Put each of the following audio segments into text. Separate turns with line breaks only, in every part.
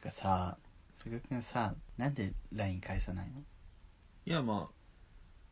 かさ菅君さなんで LINE 返さないの
いやま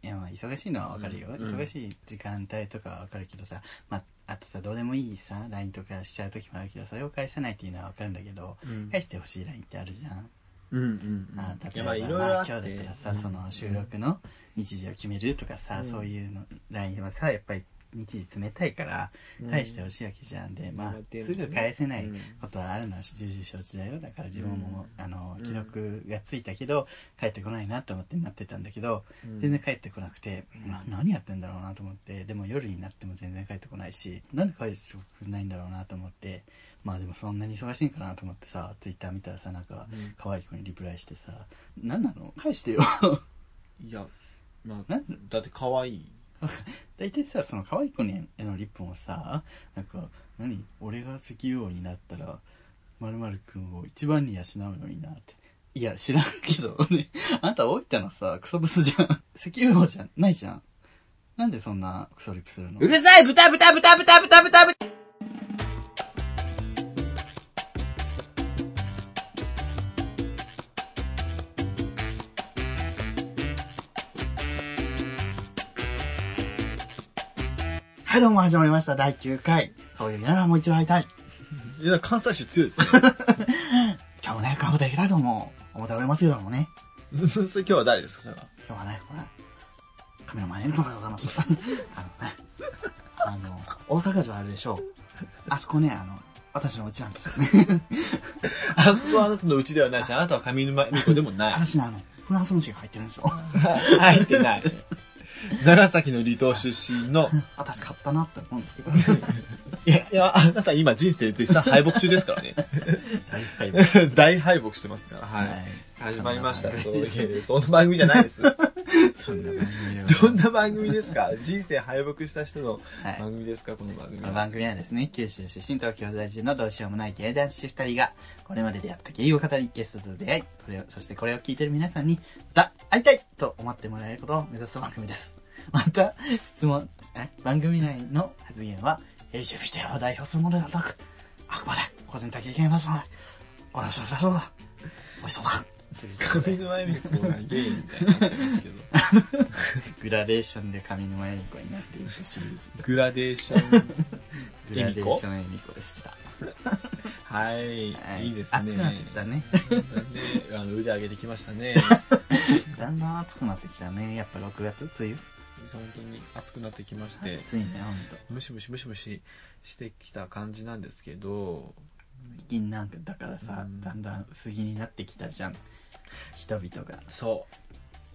いやまあ忙しいのはわかるよ、
うん
忙しい時間帯とかはわかるけどさ、まあ、あとさどうでもいいさ LINE とかしちゃう時もあるけどそれを返さないっていうのはわかるんだけど
あ、うん
返してほしい LINE ってあるじゃん、
うんうんうん
あ
い
例え
やまあ
ば、
いろいろ
ま
あ
あ、
って
今日だったらさ、
うん
その収録の日時を決めるとかさ、
うん
そういうの LINE はさやっぱり日時冷たいから返してほしいわけじゃんで、まあ
苦手だね
すぐ返せない
うん
ことはあるのは重々承知だよだから自分も、
うん
あの
うん
既読がついたけど帰ってこないなと思って待ってたんだけど、
うん
全然帰ってこなくて、な何やってんだろうなと思ってでも夜になっても全然帰ってこないしなんで返してくれないんだろうなと思ってまあでもそんなに忙しいんかなと思ってさツイッター見たらさなんか
うん
可愛い子にリプライしてさ「何なの返してよ」
いやまあ
なん
だって可愛い
大体さその可愛い子へのリップもさなんか何俺が石油王になったら〇〇くんを一番に養うのになっていや知らんけどねあんた大分のさクソブスじゃん石油王じゃないじゃんなんでそんなクソリップするの
るさい豚豚豚豚豚豚豚
はいどうも始まりました第9回そういうならもう一度会いたい
いや関西州強い ですね
今日もね頑張っていきたいと思う思っておりますけどもね
それ今日は誰ですかそれは
今日はねこれカメラマンエルコでございますあのねあの大阪城あるでしょうあそこねあの私のうちなんですよね
あそこはあなたのうちではないしあなたは上沼恵美子でもない
私ねあのフランスの血が入ってるんですよ
入ってない長崎の離島出身の
私買ったなって思うんですけど
いやいやあなた今人生絶賛敗北中ですからね
大体
大敗北してますからはい、始まりましたそういうそんな番組じゃないです
そんな番組でございます
どんな番組ですか人生敗北した人の
はい
番組ですかこの番組
この番組はですね、九州出身東京在住のどうしようもない芸男子二人が、これまで出会った芸を語り、ゲストと出会い、これを、そしてこれを聞いてる皆さんに、また会いたいと思ってもらえることを目指す番組です。また、質問、え番組内の発言は、LGBT を代表するものではなく、あくまで個人的意見ですので、ご了承ください。おいしそうだ。ということ
上
で
沼恵美子がゲイみたいになってますけど
グラデーションで上沼恵美子になっているシリーズ。
グラデーション
グラデーション恵美子でした。
はい、い、いですね
暑くなってきたね。
そうだねあの腕上げてきましたね
だんだん暑くなってきたねやっぱ6月梅雨
本当に暑くなってきまして
暑いねほんと
ムシムシムシムシしてきた感じなんですけど
最近なんかだからさ、
うん
だんだん薄着になってきたじゃん人々が
そ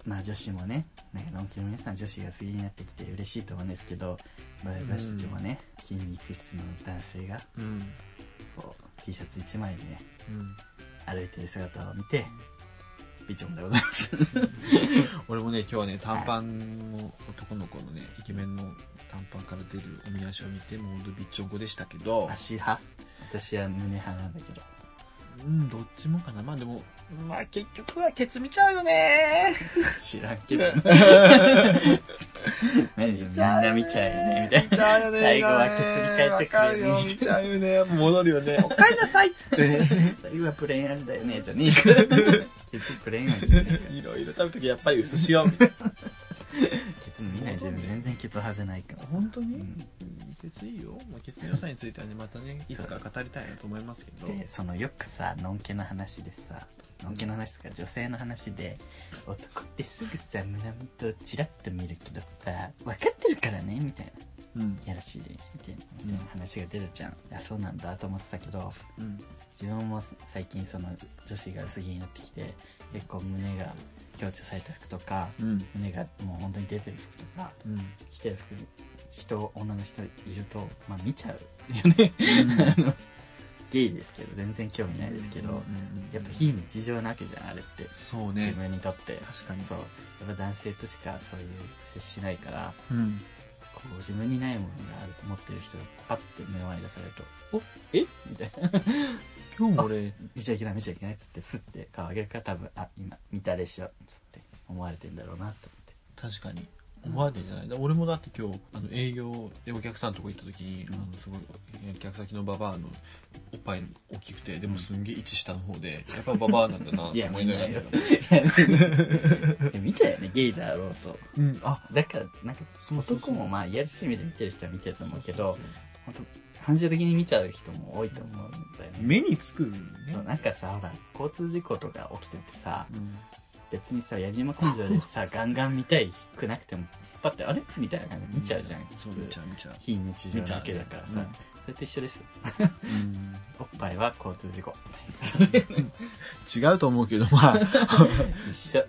まあ女子もねなんかのんきの皆さん女子が薄着になってきて嬉しいと思うんですけど私たちもね、筋肉質の男性が
ううん、
こう T シャツ1枚でね
うん、
歩いてる姿を見てビチョンでございます
俺もね今日はね短パンの男の子のねイケメンの短パンから出るおみ足を見てもうほんとびっちょんこでしたけど
足派私は胸派なんだけど
うんどっちもかなまあでもまあ結局はケツ見ちゃうよね
知らん けどね何みんな見ちゃうよねみたいな
見ちゃうよね
最後はケツに帰ってくるね
わかよ見ちゃうよね戻るよねおかえりなさいっつってね
今プレーン味だよねじゃねえ からケツプレーン味じゃねえから
いろいろ食べときやっぱり薄塩みたい
ケツ見ない自分全然ケツ派じゃないから
な本当に、
うん
ケツいいよ、まあ、ケツの良さについてはねまたねいつか語りたいなと思いますけど
でそのよくさのんけの話でさのんけの話とか女性の話で男ってすぐさ胸元チラッと見るけどさ分かってるからねみたいな
うん
いやらしいねみたいなみたいな話が出るじゃん、あそうなんだと思ってたけど
うん
自分も最近その女子が薄着になってきて結構胸が強調された服とか
うん
胸がもう本当に出てる服とか
うん
着てる服人女の人いるとまあ見ちゃうよね あのゲイですけど全然興味ないですけど、
うんうんうん
やっぱ非日常なわけじゃんあれって、
そう
自
ね
分にとって
確かに
そうやっぱ男性としかそういう接しないから
うん
こう自分にないものがあると思ってる人がパッて目の前に出されると「おえみたいな
今日も俺
「見ちゃいけない見ちゃいけない」っつってスッて顔上げるから多分「あ今見たでしょ」っつって思われてんだろうなと思って
確かに思わねえじゃない、だ俺もだって今日あの営業でお客さんのとこ行った時に、
うん
あのすごい客先のババアのおっぱい大きくてでもすんげえ一下の方でやっぱババアなんだなと
いや
思いながら
見
見
ない
て
よ
たもん
でも見ちゃうよね ゲイだろうと
うんあ
だからなんか
そうそうそう
男もまあリアル趣味で見てる人は見てると思うけど
そうそう
本当反射的に見ちゃう人も多いと思うんだよ
そう
ね
目につくね
そうなんかさほら交通事故とか起きててさ
うん
別にさ矢島根性で さガンガン見たいくなくてもパッてあれみたいな感じで見ちゃうじゃん
そう
普
見ち
通
ゃう見ちゃう
非日常なわけだからさ、
見ちゃうね
それと一緒です
うん
おっぱいは交通 事故
違うと思うけどまあ
一緒ね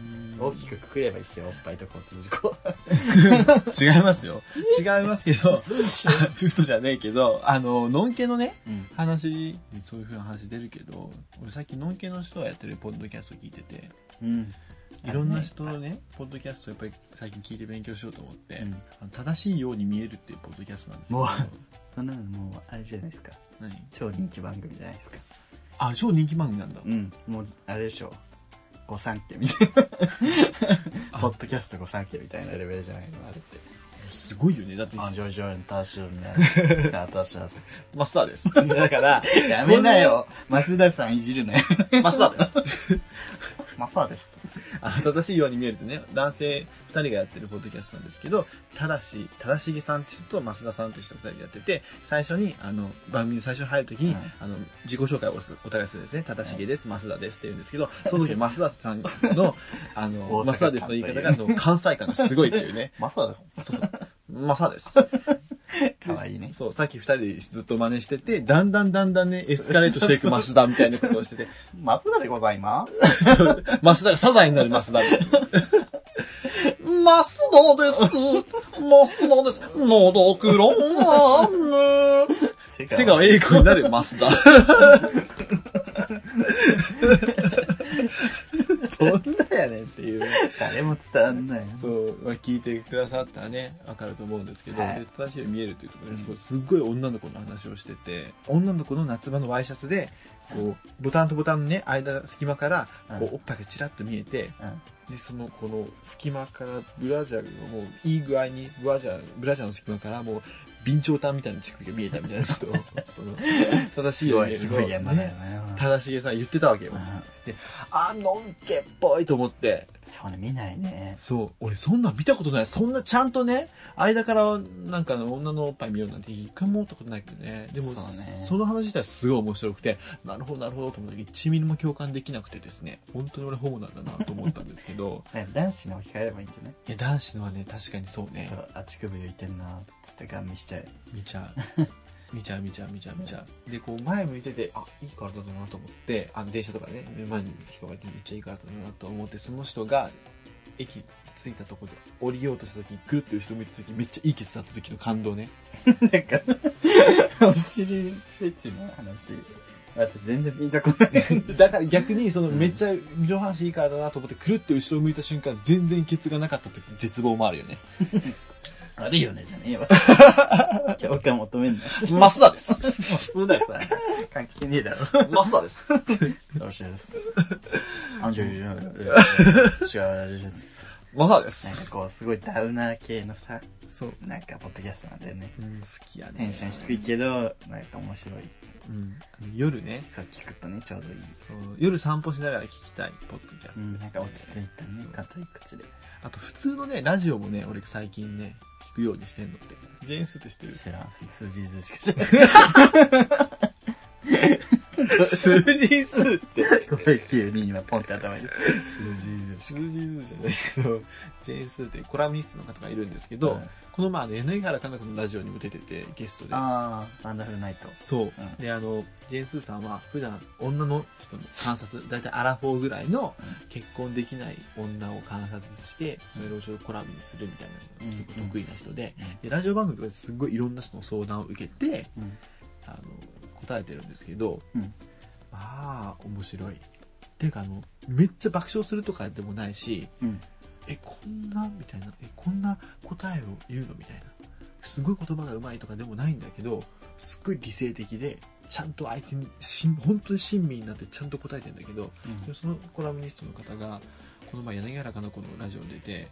うん
大きくくくれば一緒おっぱいと交通事故
違いますよ違いますけど
そうしよ
嘘じゃねえけどあののんけのね
う、うん、
話そういうふうな話出るけど俺さっきのんけの人がやってるポッドキャスト聞いてて
うん。
いろんな人のねポッドキャストやっぱり最近聞いて勉強しようと思って、
うん
あの正しいように見えるっていうポッドキャストなんですけど
もうそんなのもう、あれじゃないですか。
何
超人気番組じゃないですか。
あ超人気番組なんだ、
うん。もう、あれでしょう。御三家みたいな。
あ
ポッドキャスト御三家みたいなレベルじゃないの、あれって。
すごいよねだって
あ、ジョジョン、タシュンね。 あ、タシュンす。
マスターですだから
やめなよ。増田さんいじるな よ。
マスターです
まあ、そうです。
あの正しいように見えるってね男性2人がやってるポッドキャストなんですけど正し正しげさんって人と増田さんって人2人でやってて最初にあの番組の最初に入る時に、
はい
あの自己紹介をおすお互いするんですね正しげです、増田ですって言うんですけどその時に増田さん のあの
大阪感
増田ですの言い方があの関西感がすごいってい うね
まあ、そうです。
そうそうマサです。
かわいいね。
そう、さっき二人でずっと真似してて、だんだんだんだんね、エスカレートしていく増田みたいなことをしてて、
マスダでございます。
そう 増田がサザエになる増田みたいな。マスダです。マスダです。のどくろまむ。瀬川栄子になる増田。 どんなやねんっていう。
誰も伝わんない。
そう、まあ、聞いてくださったらね、わかると思うんですけど、
はい
で正しい見えるっていうところ
う
で、
ん
すごいすっごい女の子の話をしてて、女の子の夏場のワイシャツで、こう、ボタンとボタンのね、間、隙間から、こ
う
う、おっぱいがちらっと見えて、
うん。
で、その、この隙間から、ブラジャーがもう、いい具合に、ブラジャー、ブラジャーの隙間から、もう、備長炭みたいな乳首が見えたみたいな ことを、その、正しい
す
よ
ご
ね
い、すごい現場だよ
ね
ね。
正しげさん言ってたわけよ
う。ん
あ、のんけっぽいと思って、
そうね、見ないね。
そう。俺、そんなん見たことない。そんな、ちゃんとね、間から、なんか、女のおっぱい見ようなんて、一回も思ったことないけどね。でも、
そうね
その話自体すごい面白くて、なるほど、なるほど、と思ったけど、1ミリも共感できなくてですね、本当に俺、ホモなんだな、と思ったんですけど、
男子に置き換えればいいんじゃない
いや、男子のはね、確かにそうね
そ。う、あ、乳首浮いてんな、つってガン見しちゃう。
見ちゃう。 見ちゃう、見ちゃう、見ちゃう、見ちゃう。で、こう、前向いてて、あ、いい体だなと思って、あの、電車とかね、目前に人がいて、めっちゃいい体だなと思って、その人が、駅着いたとこで降りようとした時、くるって後ろ向いた時、めっちゃいいケツだった時の感 動ね。
なんか、お尻フェチの話。私全然ピンとこない。
だから逆に、その、
うん
めっちゃ上半身いい体だなと思って、くるって後ろ向いた瞬間、全然ケツがなかった時、絶望もある よね。
悪いよね、じゃねえわ。共感求めんなし。
マスダです
そうだよさ。関係ねえだろ。
マスダ です
どうしようです。あ、違う違う違う。違う違う違う。
マ
なん
スダで
かこう、すごいダウナー系のさ、
そう。
なんかポッドキャストなんだよね。
うん、好きやね。
テンション低い。けど、なんか面白い。
うん。あの夜ね、
そう聞くとね、ちょうどいい。
そう夜散歩しながら聞きたいポッドキャストです
う
ね、
ん、なんか落ち着いたね
そう、
硬い口で。
あと普通のねラジオもね俺最近ね聞くようにしてんのってジェーンスーって知ってる
知らん、数字図しか知らない。
数字数って
これ急に今ポンって頭に。数字図し
数字数じゃないけどジェーンスーってコラムニストの方がいるんですけ
か
ど、この前あの米原かな子のラジオにも出ててゲストで
ああ、ワンダフルナイト。
そう、
うん
であのジェーン・スーさんは普段女の人の観察大体アラフォーぐらいの結婚できない女を観察してそれをちょっとコラムにするみたいなのが結構得意な人で,、
うんうん
でラジオ番組とかですごいいろんな人の相談を受けて
うん。
あの答えてるんですけど、
うん
まあ面白いっていうかあのめっちゃ爆笑するとかでもないし
うん。
えこんなみたいなえこんな答えを言うのみたいなすごい言葉がうまいとかでもないんだけどすっごい理性的でちゃんと相手にしん本当に親身になってちゃんと答えてんだけどでもそのコラムニストの方がこの前柳原かな子のラジオに出て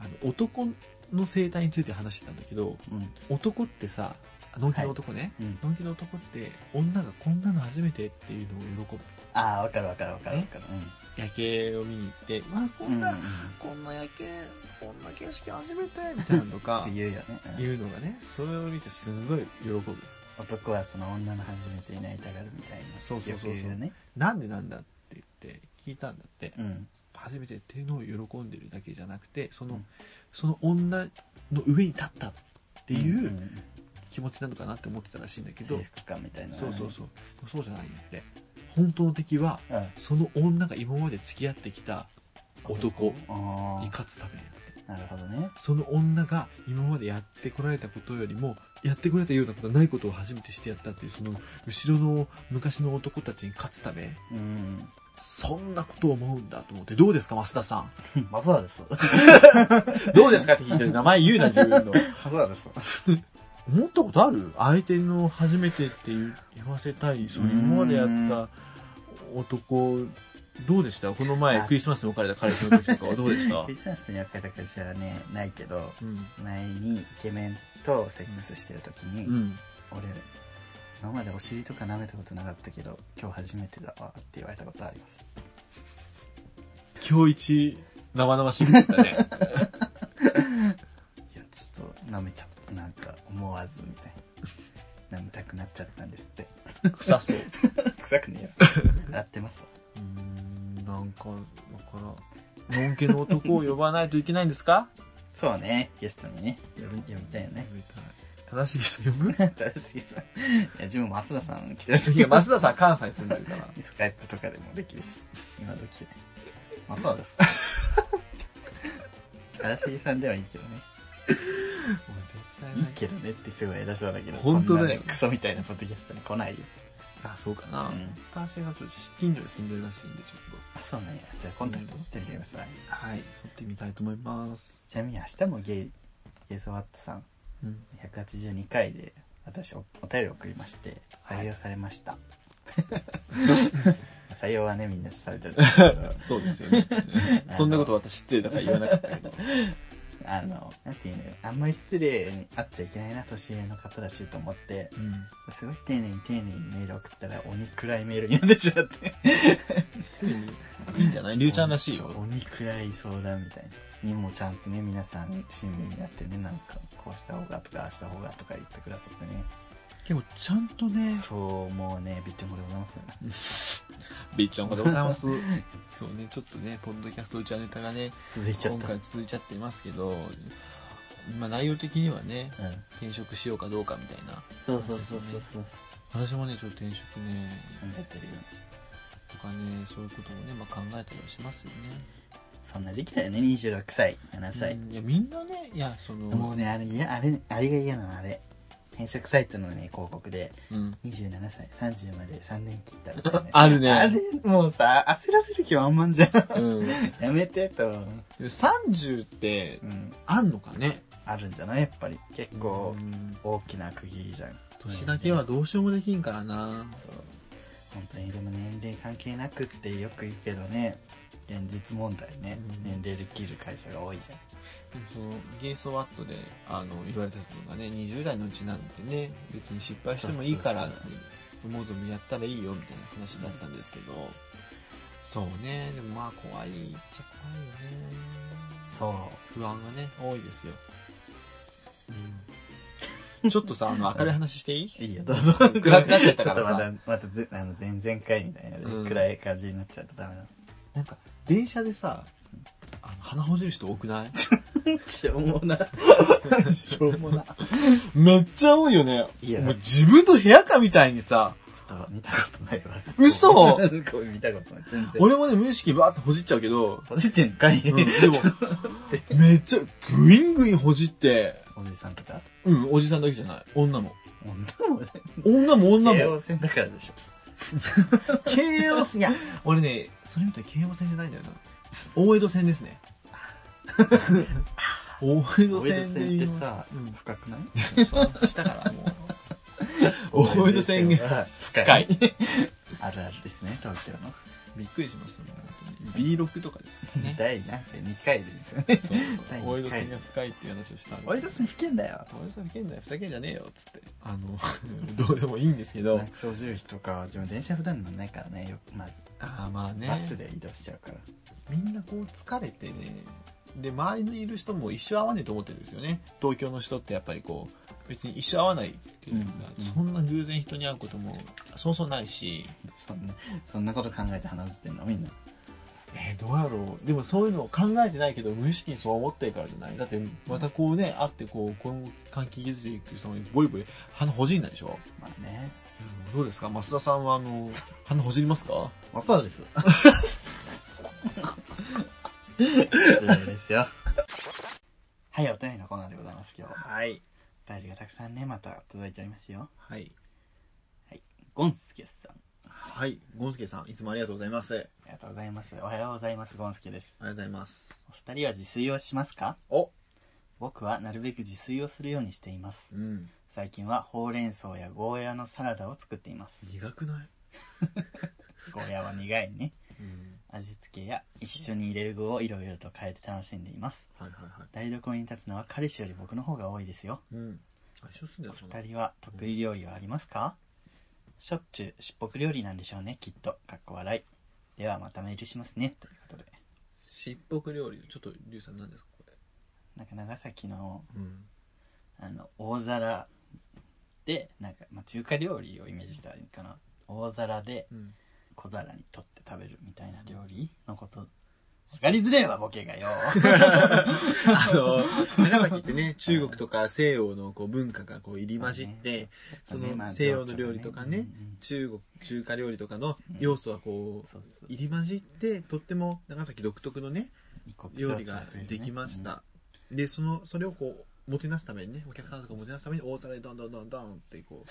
あの男の生態について話してたんだけど
うん。
男ってさのんきの男ね、
うん。
のんきの男って女がこんなの初めてっていうのを喜ぶ
ああ、わかるわかるわかるわかる。
夜景を見に行って「うわこ
うん。うんん。うん
な、
っ
こんな夜景こんな景色初めて」みたいなの とか
て言うよね。うん
言うのがねそれを見てすごい喜ぶ
男はその女の初めてになりたがるみたいな。
そうそうそうそう
よく言ね。
なんでなんだって言って聞いたんだって、
うん。
初めてっていうのを喜んでるだけじゃなくてその,、
うん
その女の上に立ったってい
ん
ううん気持ちなのかなって思ってたらしいんだけど、
制服感みたいな。
そうそうそうそうじゃないんだって本当の敵は
うん。うん。
その女が今まで付き合ってきた男
あ
に勝つため
あ。なるほどね。
その女が今までやってこられたことよりもやってこられたようなことないことを初めてしてやったっていうその後ろの昔の男たちに勝つため
うん。
そんなことを思うんだと思ってどうですか増田さん
まあそうです。
どうですかって聞いてる名前言うな自分の
まそうです。
思ったことある相手の初めてって言う言わせたいその今までやった男どうでしたこの前
あ
クリスマスに置かれた彼氏の時とかはどうで した
クリスマスに別れた会社はね、ないけど、
うん
前にイケメンとセックスしてる時に、
うん
俺今までお尻とか舐めたことなかったけど今日初めてだわって言われたことあります
今日一生々しかったね
いやちょっと舐めちゃったなんか思わずみたいな 舐めたくなっちゃったんですって
臭そう
臭く ねえよ洗ってます
うーんなんかだからのんけの男を呼ばないといけないんですか
そうねゲストにね 呼び呼びたいよね
呼びたい正しい人呼ぶ
正しいさいや自分も増田さん来てる
次
時
は増田さん関西に住んでるから
スカイプとかでもできるし今時まあそうです 正しいさんではいいけどねいいけどねってすごい偉そうだけど
本当だ
こ
よ
んなねクソみたいなポッドキャストに来ないよ、
あそうかな、
うん
私がちょっと近所に住んでるらしいんでちょっ
あそうなんやじゃあコンタクト取ってみてください
とはい撮ってみたいと思います、
ちなみに明日もゲイゲイソワッツさん
うん、
182回で私おお便り送りまして採用されました、採用はねみんなされてるんですけど
そうですよね そんなこと私失礼だから言わなかったけど
あのなんていうのあんまり失礼にあっちゃいけないな年上の方らしいと思って
うん
すごい丁寧に丁寧にメール送ったら鬼暗いメールになってしまって
いいんじゃないりゅうちゃんらしいよ
そう鬼暗い相談みたいなにもちゃんとね皆さん親身になってねなんかこうした方がとかああした方がとか言ってくださってね
結構ちゃんとね
そうもうねびっちょもでございます
べっちゃんこでございます そうねちょっとねポッドキャストうちはネタがね
続いちゃっ
今
た
回続いちゃってますけどまあ内容的にはね
うん、
転職しようかどうかみたいな
そうそうそうそうそう
私もねちょっと転職ね
考えてるよ
とかねそういうこともね、まあ、考えたりはしますよね
そんな時期だよね26歳7歳、
うんいやみんなねいやその
もうねあれいやあれあれが嫌なのあれ転職サイトのね広告で
うん
27歳30まで3年切ったみたいな
あるね
あれもうさ焦らせる気はあんまんじゃん
うん、
やめてと、
30って
うん、
あんのかね
あるんじゃないやっぱり結構
うん
大きな区切りじゃん
年だけはどうしようもできんからな
そう本当にでも年齢関係なくってよく言うけどね現実問題ね、
うん
年齢で切る会社が多いじゃん
でもそのゲイソワットであの言われてたのがね20代のうちなんてね別に失敗してもいいから
そうそう
思うぞもやったらいいよみたいな話だったんですけど、そうねでもまあ怖いっちゃ怖いよね
そう
不安がね多いですよ、ちょっとさあの明るい話していい
いいよどうぞ暗
くなっちゃったからさ
またまたずあの前々回みたいなね、
うん
暗い感じになっちゃうとダメなの
なんか電車でさあの鼻ほじる人多くない
しょうもなしょうもな
めっちゃ多いよね
いや
もう自分の部屋かみたいにさ
ちょっと見たことないわ
嘘
こう見たことない全然
俺もね無意識にバーってほじっちゃう けど
ポジティブかい、
うんでもめっちゃグイングインほじって
おじさんとか
うんおじさんだけじゃない女も
女も
女も女
京
も
王線だからでしょ
京王線いや 俺ねそれ見たら京王線じゃないんだよな大江戸線で すね大江戸
大江戸
線で
線
言
っ
う
てさ、
うん
深くない
その話したか らもう大江戸線が
は深
深
い
い
あるあるですね東京の
びっくりしますよね本当に B6 とかですからね
第何回2回で
そう
第二回
大江戸線が深いっていう話をしたんで
俺たちに吹けんだよ
大江戸線ふけんなよふざけんじゃねえよっつってあのどうでもいいんですけど
クソ重機とか自分電車普段乗んないからねよまず
ああまあね
バスで移動しちゃうから
みんなこう疲れてねで周りにいる人も一生会わねえと思ってるんですよね東京の人ってやっぱりこう別に一生会わないっていうんですか、
うん
そんな偶然人に会うこともそうそうないし
そんなそんなこと考えて話してんのみんな
えーどうやろうでもそういうのを考えてないけど無意識にそう思ってるからじゃないだってまたこうね会ってこう今後関係築いていく人もボリボリ鼻ほじりないでしょ
まあね
どうですか増田さんはあ の鼻ほじりますか
まあそうです失礼ですよはいお便りのコーナーでございます今日
はい
お便りがたくさんねまた届いておりますよ
はい
ゴンスケさんあ
はいゴンスケさんいつもありがとうございますあり
りがとうございますおはようございますゴンスケです
がとうございます
お二人は自炊をしますか
お
僕はなるべく自炊をするようにしています
うん
最近はほうれん草やゴーヤのサラダを作っています
苦くない、
ゴーヤは苦いね味付けや一緒に入れる具をいろいろと変えて楽しんでいます
はいはいはい
台所に立つのは彼氏より僕の方が多いですよ
うんあ一緒住んでたのか
二人は得意料理はありますかしょっちゅうしっぽく料理なんでしょうねきっとかっこ笑いではまたメールしますねということで
しっぽく料理ちょっとリュウさん何ですかこれ
なんか長崎の
うん
あの大皿でなんか、まあ、中華料理をイメージしたらいいかな大皿で
うん
小皿に取って食べるみたいな料理のことわかりづれえわボケがよ
あの、長崎ってね、中国とか西洋のこう文化がこう入り混じって、 そ
ねま あ
の西洋の料理とか
情緒
ね
がうんうん、
中国、中華料理とかの要素はこう、
そうそうそう
入り混じって、とっても長崎独特のね、
異国情緒
料
あふれるね
理ができまし
うん
た。で、その、それをこう、もてなすためにね、お客さんとかをもてなすために大皿でどんどんど んどんってこ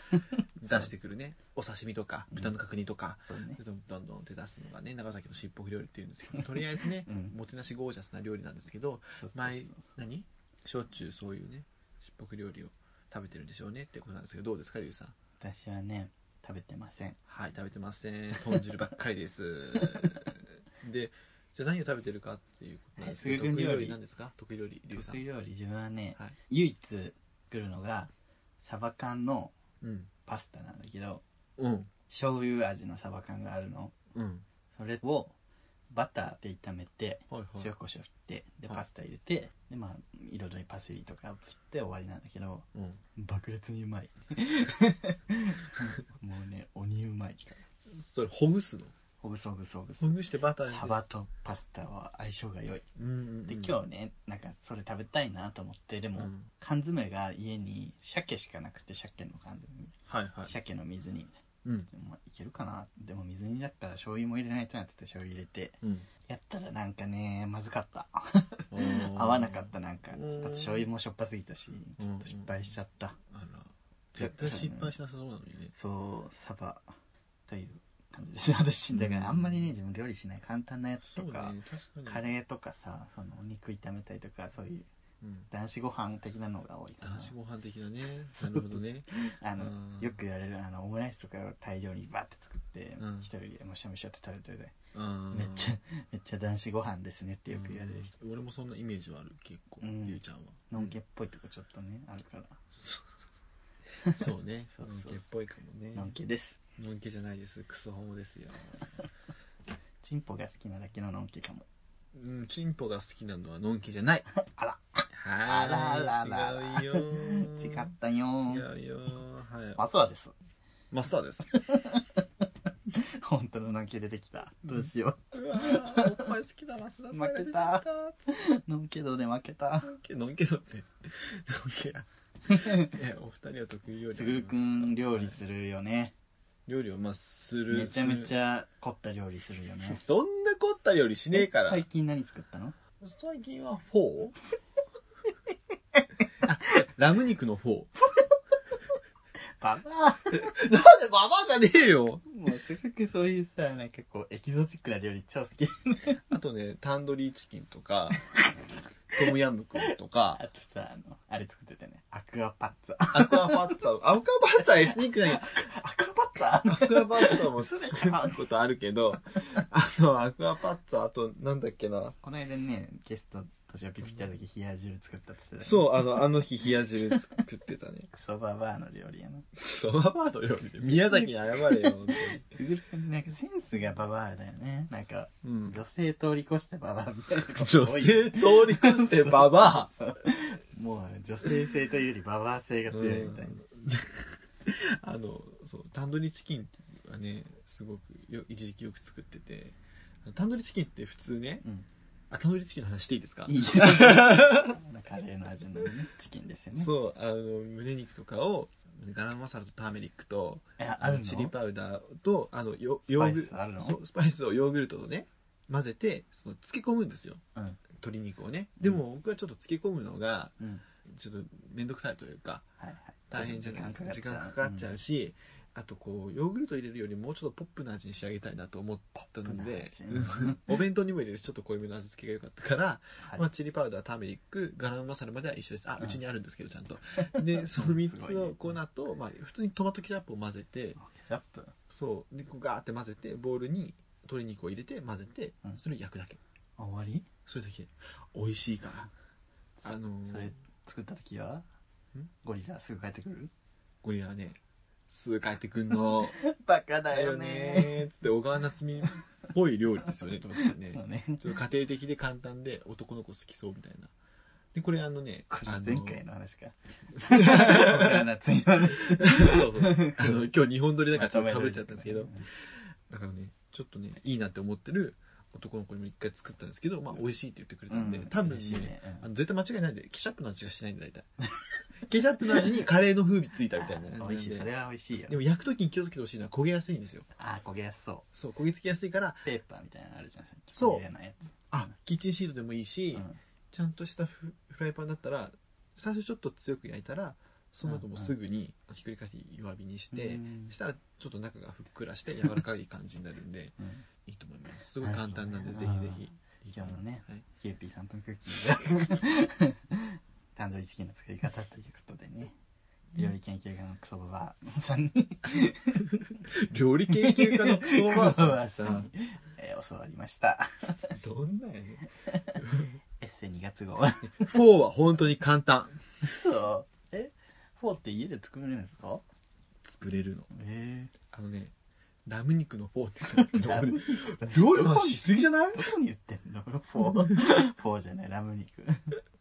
う、出してくるね、お刺身とか、豚の角煮とか、
そうね
どんどんどんって出すのがね、長崎のしっぽく料理っていうんですけど、とりあえずね
う、ん
もてなしゴージャスな料理なんですけど、
そうそうそう
毎何しょっちゅうそういうねしっぽく料理を食べてるんでしょうねってことなんですけどどうですかリュウさん
私はね食べてません
はい食べてません豚汁ばっかりです でじゃあ何を食べてるかっていうことなんですけど、
はい
得意料
得意料
理
理
なんですか得意料理リュウさん
得意料理自分はね、
はい
唯一作るのがサバ缶の
うん
パスタなんだけど
うん
醤油味のサバ缶があるの
うん
それをバターで炒めて
はいはい
塩コショウ振ってで
はい
パスタ入れてでまあ彩りパセリとか振って終わりなんだけど
うん
爆裂にう まいもうね鬼うまい
それほぐすの
ほぐそほぐそほぐそ
ほぐしてバターで
サバとパスタは相性が良い
うんうんうん
で今日ねなんかそれ食べたいなと思ってでも、
うん
缶詰が家に鮭しかなくて鮭の缶詰
はいはい
鮭の水煮みたい
うん
な、まあ、いけるかなでも水煮だったら醤油も入れないとなってて醤油入れて
うん
やったらなんかねまずかった
合
合わなかったなんかあ
うん
と醤油もしょっぱすぎたしちょっと失敗しちゃった
あら絶対失敗しなさそうなのにね
そうサバという感じです私だか
うん
らあんまりね自分料理しない簡単なやつ
そ
と
うね確
か、
かに
カレーとかさそのお肉炒めたりとかそういう
うん
男子ご飯的なのが多いかな
男子ご飯的なね
そ
な
う
る
そうそ
ほ
う
どね
あの
うん
よく言われるあのオムライスとかを大量にバッて作って、
うん
一人でむしゃむしゃって食べてて、め
め
っちゃめっちゃ男子ご飯ですねってよく言われる人、
俺もそんなイメージはある結構
うん
ゆうちゃんは
のんけっぽいとこちょっとねあるから、
そうそうね
そ
の
うんそうそう
けっぽいかもね
のんけです
のんけじゃないですクソホモですよ
チンポが好きなだけののんけかも
うんチンポが好きなのはのんけじゃない
あら
は
あららら
ーい違うよー
違ったよー
違うよーはい
マスワです
マスターです
本当ののんけ出てきたどうしよ
うわーお前好きだマスダさんが出てき
負うのんけ度で負けた
のんけのんけだってのんけ やえお二人は得意料理
すぐるくん料理
る
するよね
料理をまあする
めちゃめ
す
ちゃ凝った料理するよね
る そんな凝った料理しねえから
最近何作ったの
最近はフ ォーラム肉のフォー
ババア
なんでババアじゃねえよ
もうすごくそういうさなんかこうエキゾチックな料理超好き
あとねタンドリーチキンとかトムヤムクンとか、
あとさ、あの、あれ作ってたよね。アクアパッツァ。
アクアパッツァ、アクアパッツァはエスニックなんや。
アクアパッツ
アクアパッツァも
嘘
作
で
る
しょ
ことあるけど、あの、アクアパッツァ、あと、なんだっけな。
この間ね、ゲスト、としおぴぴ来た時、冷や汁作ったって言ってた、ね。
そう、あの、あの日冷や汁作ってたね。
クソババアの料理やな。
そばバードよ。宮崎に謝れよ、本当に。
なんかセンスがババアだよね。なんか、
うん。
女性通り越してババアみたいな こと
女
多い。
性通り越してババ
そうもう、女性性というよりババア性が
ア
強いみたいな。
うんあの、そう、タンドリーチキンはね、すごくよ、一時期よく作ってて、タンドリーチキンって普通ね、
うん
あ、タンドリーチキンの話していいですか
いい人。カレーの味のね、チキンですよね。
そう、あの、胸肉とかを、ガラムマサラとターメリックと、
えあるの
チリパウダーと、あの、よ
スパイ
ヨー
ス
グ
あるの
そうスパイスをヨーグルトとね、混ぜて、その漬け込むんですよ。
うん
鶏肉をね。でも僕はちょっと漬け込むのが、
うん。
ちょっと面倒くさいというか、
はいはい。
大変じゃないですか。時間かかっちゃ
う
うし、あとこう、ヨーグルト入れるよりもうちょっとポップな味に仕上げたいなと思った
うん
ので、
うん
お弁当にも入れるしちょっと濃いめの味付けが良かったから、
はい
まあ、チリパウダーターメリックガラムマサラまでは一緒ですあ
うん
うちにあるんですけどちゃんと でその3つの粉と、まあ、普通にトマトケチャップを混ぜて
ケチャップ
そうでこうガーって混ぜてボウルに鶏肉を入れて混ぜて
うん
それを焼くだけ
あ終わり
それだけ美味しいから
そ
あのー
それ作った時はゴリラすぐ帰ってくる
ゴリラはねすぐ帰ってくんの
バカだ
ーっつって小川夏美っぽい料理ですよ ね確かにね
そうね
ちょっと家庭的で簡単で男の子好きそうみたいなでこれあのね
これ
あの
前回の話かこれは次の話
そうそう。あ の、今日日本撮りだからちょっと被っちゃったんですけど、だからね、ちょっとね、いいなって思ってる男の子にも一回作ったんですけど、まあ、美味しいって言ってくれたんで、多分
嬉しい
ね、
ねうん
あの絶対間違いないんで、ケチャップの味がしないんで、大体。 ケチャップの味にカレーの風味ついたみたいな。
美味しいそれ
は。
は美味しいよ
でも焼くときに気をつけてほしいのは焦げやすいんですよ。
あー焦げやすそう
そう、焦げつきやすいから、
ペーパーみたいなのあるじゃんさっき
そう
焦げないやつ
あ、キッチンシートでもいいし、
うん
ちゃんとしたフフライパンだったら、最初ちょっと強く焼いたら、その後もうすぐにひっくり返して弱火にして、
うん
したらちょっと中がふっくらして柔らかい感じになるんで
うん
いいと思いますすごい簡単なん
は
で、
い
ぜひぜひ
今日のね
はい、
キューピー3分クッキングタンドリーチキンの作り方ということでね料理研究家のクソババアさんに
料理研究家のクソおばあさんは
クソおばあ
さ
に、えー教わりました
どんなやね
エッセイ2月号
4は本当に簡単
嘘えフォーって家で作れるんですか
作れるの
え
あのねラム肉のフォーって言ったんですけど
ラム
俺料理の話しすぎじゃない
どこに言ってんのフォーフォーじゃないラム肉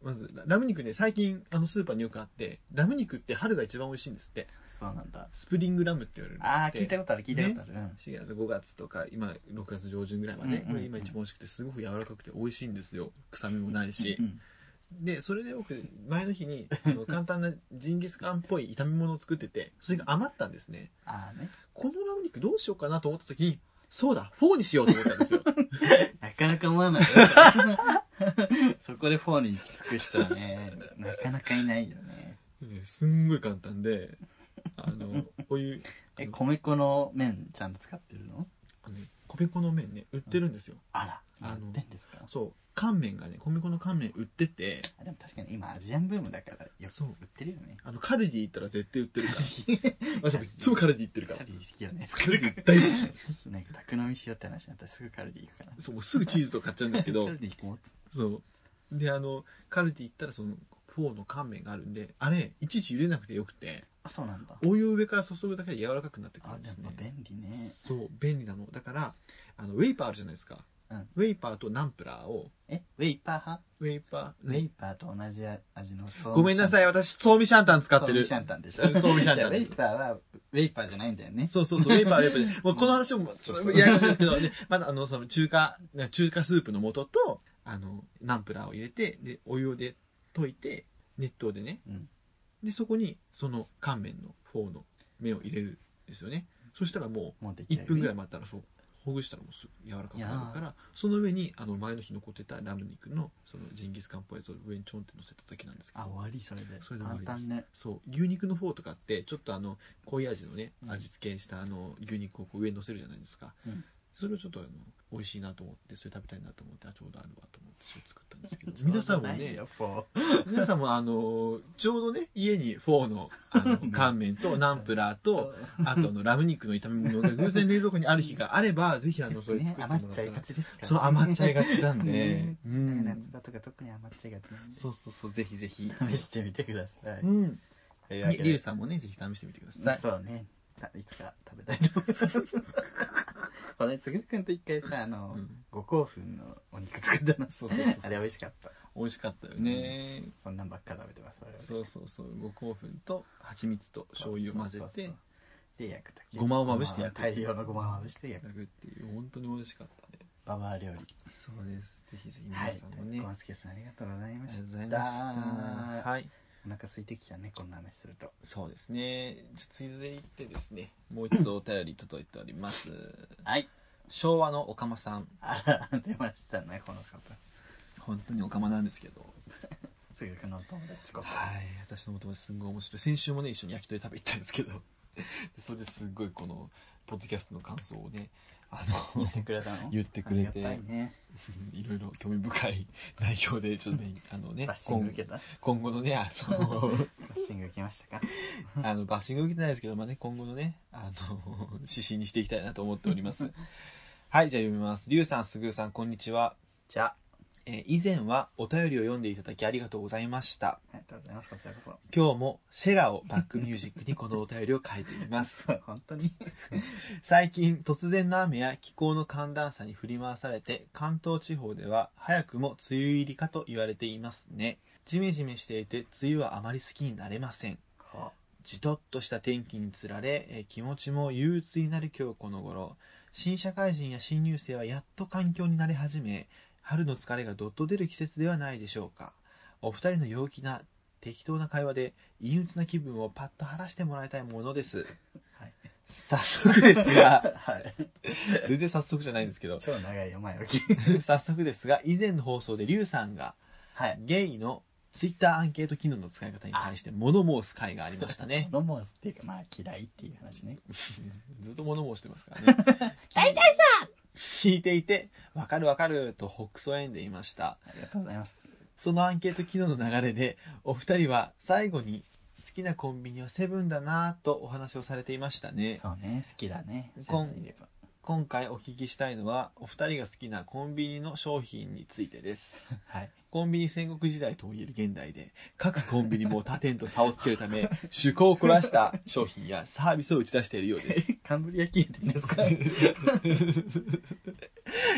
まずララム肉ね最近あのスーパーによくあってラム肉って春が一番美味しいんですって
そうなんだ
スプリングラムって言われるんですって
ああ聞いたことある聞いたことある、うん
4月5月とか今6月上旬ぐらいはね、
うんうんうん
これ今一番美味しくてすごく柔らかくて美味しいんですよ臭みもないし
う、ん
でそれで僕前の日にあ の簡単なジンギスカンっぽい炒め物を作っててそれが余ったんですね
ああね
このラム肉どうしようかなと思った時にそうだフォーにしようと思ったんですよ
なかなか思わない そこでフォーに行き着く人はねなかなかいないよね
ねすんごい簡単であのこういうあ
え
の
米粉の麺ちゃんと使ってるの
あのね米粉の麺ね売ってるんですよ、
あら
あ
や
の
ってんですか
そう乾麺がね米粉の乾麺売ってて
あでも確かに今アジアンブームだからよく
そう
売ってるよね
あのカルディ行ったら絶対売って るから
カ
私いつもカルディ行ってるから
ルディ好きよね
カルディ大好き
き なんか宅飲みしようって話になったらすぐカルディ行くから
そうもうすぐチーズとか買っちゃうんですけ ど
カルディ行こう
そうであのカルディ行ったらそのフォーの乾麺があるんであれいちいち茹でなくてよくて
あそうなんだ
お湯を上から注ぐだけで柔らかくなってく
あ
るん
で
です
も
ね
便利ね
そう便利なのだからあのウェイパーあるじゃないですか、
うん
ウェイパーとナンプラーを
えウェイパー派
ウェイパー、
ウェイパーと同じ味の
ごめんなさい
い
私ソーミシャンタン使ってる
シ
そ
ャンタンでしょ
ソーミシャン
じゃあウェ
タンで
イ
す
パーはウェイパーじゃないんだよね
うそうそうウェイパーはウェイパーでもうこの話も
そうそう
ややこしいですけど、ね、まだあのその中華中華スープの素とあのナンプラーを入れてでお湯で溶いて熱湯でね
うん
でそこにその乾麺のフォーの麺を入れるんですよねそしたらも
もうで
う
き
1分ぐらい
い
待ったらそうほぐしたらもうすぐ柔らかくなるからその上にあの前の日残ってたラム肉のそのジンギスカンっぽいやつを上にちょんって乗せただけなんですけ
あ
ど
終わりそれで
それで終わりです
簡単ね
そう牛肉のフォーとかってちょっとあの濃い味のね
うん
味付けしたあの牛肉をこう上に乗せるじゃないですか、
うん
それをちょっとあの美味しいなと思ってそれ食べたいなと思ってあちょうどあるわと思ってそれ作ったんです けど皆さんもね
フォ
皆さんもあのちょうどね家にフォーのあの乾麺とナンプラーとあとあのラム肉の炒め物が偶然冷蔵庫にある日があればぜひあのそれ作っ
ね
てもら
余
っ
ったちゃい
ら
がちですから、ね、
そう余っちゃいがちなんで
ね、
う
なん
ん
と、かとか特に余っちゃいがちなんで
そうそうそうぜひぜひ、
試してみてください、
うん、
というわけ
ね
で
リュウさんもねぜひ試してみてください
そうねたいつか食べたいと思い ますこれすぐるくんと一回さあの、
うん
五香粉のお肉作ったの
そうそうそうそう
あれ美味しかった
美味しかったよね、
そんなんばっか食べてます我々
そうそうそう五香粉と蜂蜜と醤油を混ぜ
そうそう
て
そうで焼くだけ
ごまをまぶして焼く
ごまを大量のごまをまぶして焼く
焼くっていう本当に美味しかったね
ババア料理
そうですぜひぜひ
は
皆
い
さんもね、
小松家さんありがとうござい
あ
ま
り
し
がと
た
うございましたはい
お腹空いてきたねこんな話すると
そうですねじゃあ続いてですねもう一つお便り届いております
はい
昭和のおかまさん
あら出ましたねこの方
本当におかまなんですけど
すぐくのお友達こ
はい私のお友達すんごい面白い先週もね一緒に焼き鳥食べ行ったんですけどでそれですっごいこのポッドキャストの感想をねあ の
言ってくれたの
言ってくれて
ありがたいね
いろいろ興味深 い内容でちょっと勉あのね
バッシング
今
受けたバ
今後のねあ の
ッシング受けましたか
あのバッシング受けてないですけど、まあね、今後のねあの 指針にしていきたいなと思っておりま すはいじゃあ読みますりゅうさんすぐるさんこんにちは、
じゃあ
えー以前はお便りを読んでいただきありがとうございました
ありがとうございますこちらこそ
今日もシェラをバックミュージックにこのお便りを書いています
そう 本当に
最近突然の雨や気候の寒暖差に振り回されて関東地方では早くも梅雨入りかと言われていますねジメジメしていて梅雨はあまり好きになれません
は
じとっとした天気につられえー気持ちも憂鬱になる今日この頃新社会人や新入生はやっと環境に慣れ始め春の疲れがどっと出る季節ではないでしょうかお二人の陽気な適当な会話で陰鬱な気分をパッと晴らしてもらいたいものです
はい
早速ですが
はい
全然早速じゃないんですけど
超長いよ前置き
早速ですが以前の放送でリュウさんが
はい
ゲイのツイッターアンケート機能の使い方に対して物申す回がありましたね
ロモンスっていうかまあ嫌いっていう話ね
ずっと物申してますからね
大体
聞いていて「わかるわかる」とほくそ笑んでいました
ありがとうございます
そのアンケート機能の流れでお二人は最後に好きなコンビニはセブンだなぁとお話をされていましたね
そうね好きだね
こん
セブンイレブン
今回お聞きしたいのはお二人が好きなコンビニの商品についてです
はい
コンビニ戦国時代ともいえる現代で、各コンビニも他店と差をつけるため、 趣向を凝らした商品やサービスを打ち出しているようです。
カンブリア宮殿ですか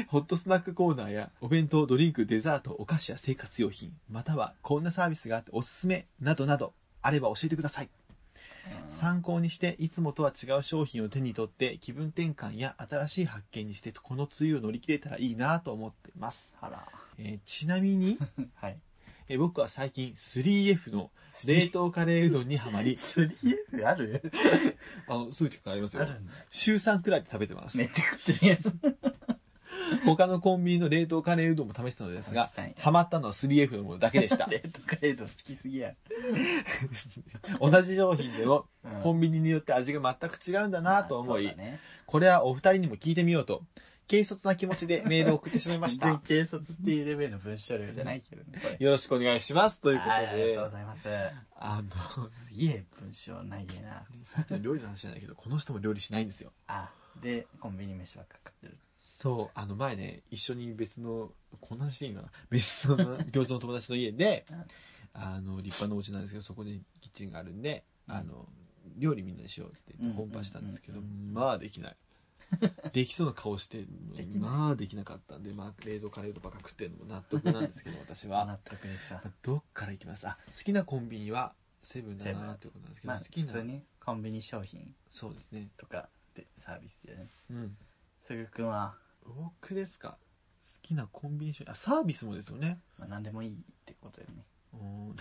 ホットスナックコーナーや、お弁当、ドリンク、デザート、お菓子や生活用品、またはこんなサービスがあっておすすめ、などなど、あれば教えてください。参考にして、いつもとは違う商品を手に取って、気分転換や新しい発見にして、この梅雨を乗り切れたらいいなと思ってます。
あら
えーちなみに、
はい
えー僕は最近 3F の冷凍カレーうどんにはまり
3F ある
あのすぐ近くにあります
あ
よ
るんだ
週3くらいで食べてます、
めっちゃ食ってるやん
他のコンビニの冷凍カレーうどんも試したのです
試
が
したんや
ハマったのは 3F のものだけでした
冷凍カレード好きすぎや
同じ商品でも
うん
コンビニによって味が全く違うんだなと思い、
まあそうだね
これはお二人にも聞いてみようと軽率な気持ちでメールを送ってしまい まし
全
た
然警察っていうレベルの文章量じゃないけどねこれ
よろしくお願いしますということ
はいあり
で
がとうございます
あの
すげえ文章ないげな
さっきの料理の話じゃないけどこの人も料理しないんですよ
あでコンビニ飯ばっか食ってる
そうあの前ね一緒に別のこんな話でいいのかな別の 餃子の友達の家で
うん
あの立派なお家なんですけどそこにキッチンがあるんであの料理みんなにしようって言って
うん
本番したんですけど
う
まあできないできそうな顔して
できない
まあできなかったんでまあ冷凍カレーとばっか食ってるのも納得なんですけど 私は
納得ですさ
まあどっから行きますあ好きなコンビニはセブンだ
セブ
な
ン
ってことなんですけど
まあ
好き
普
な
通にコンビニ商品
そうですね
とかでサービスでね
うん
すぐるくんは、
僕ですか好きなコンビニ商品あサービスもですよね
まあ、何でもいいってことよね
うーん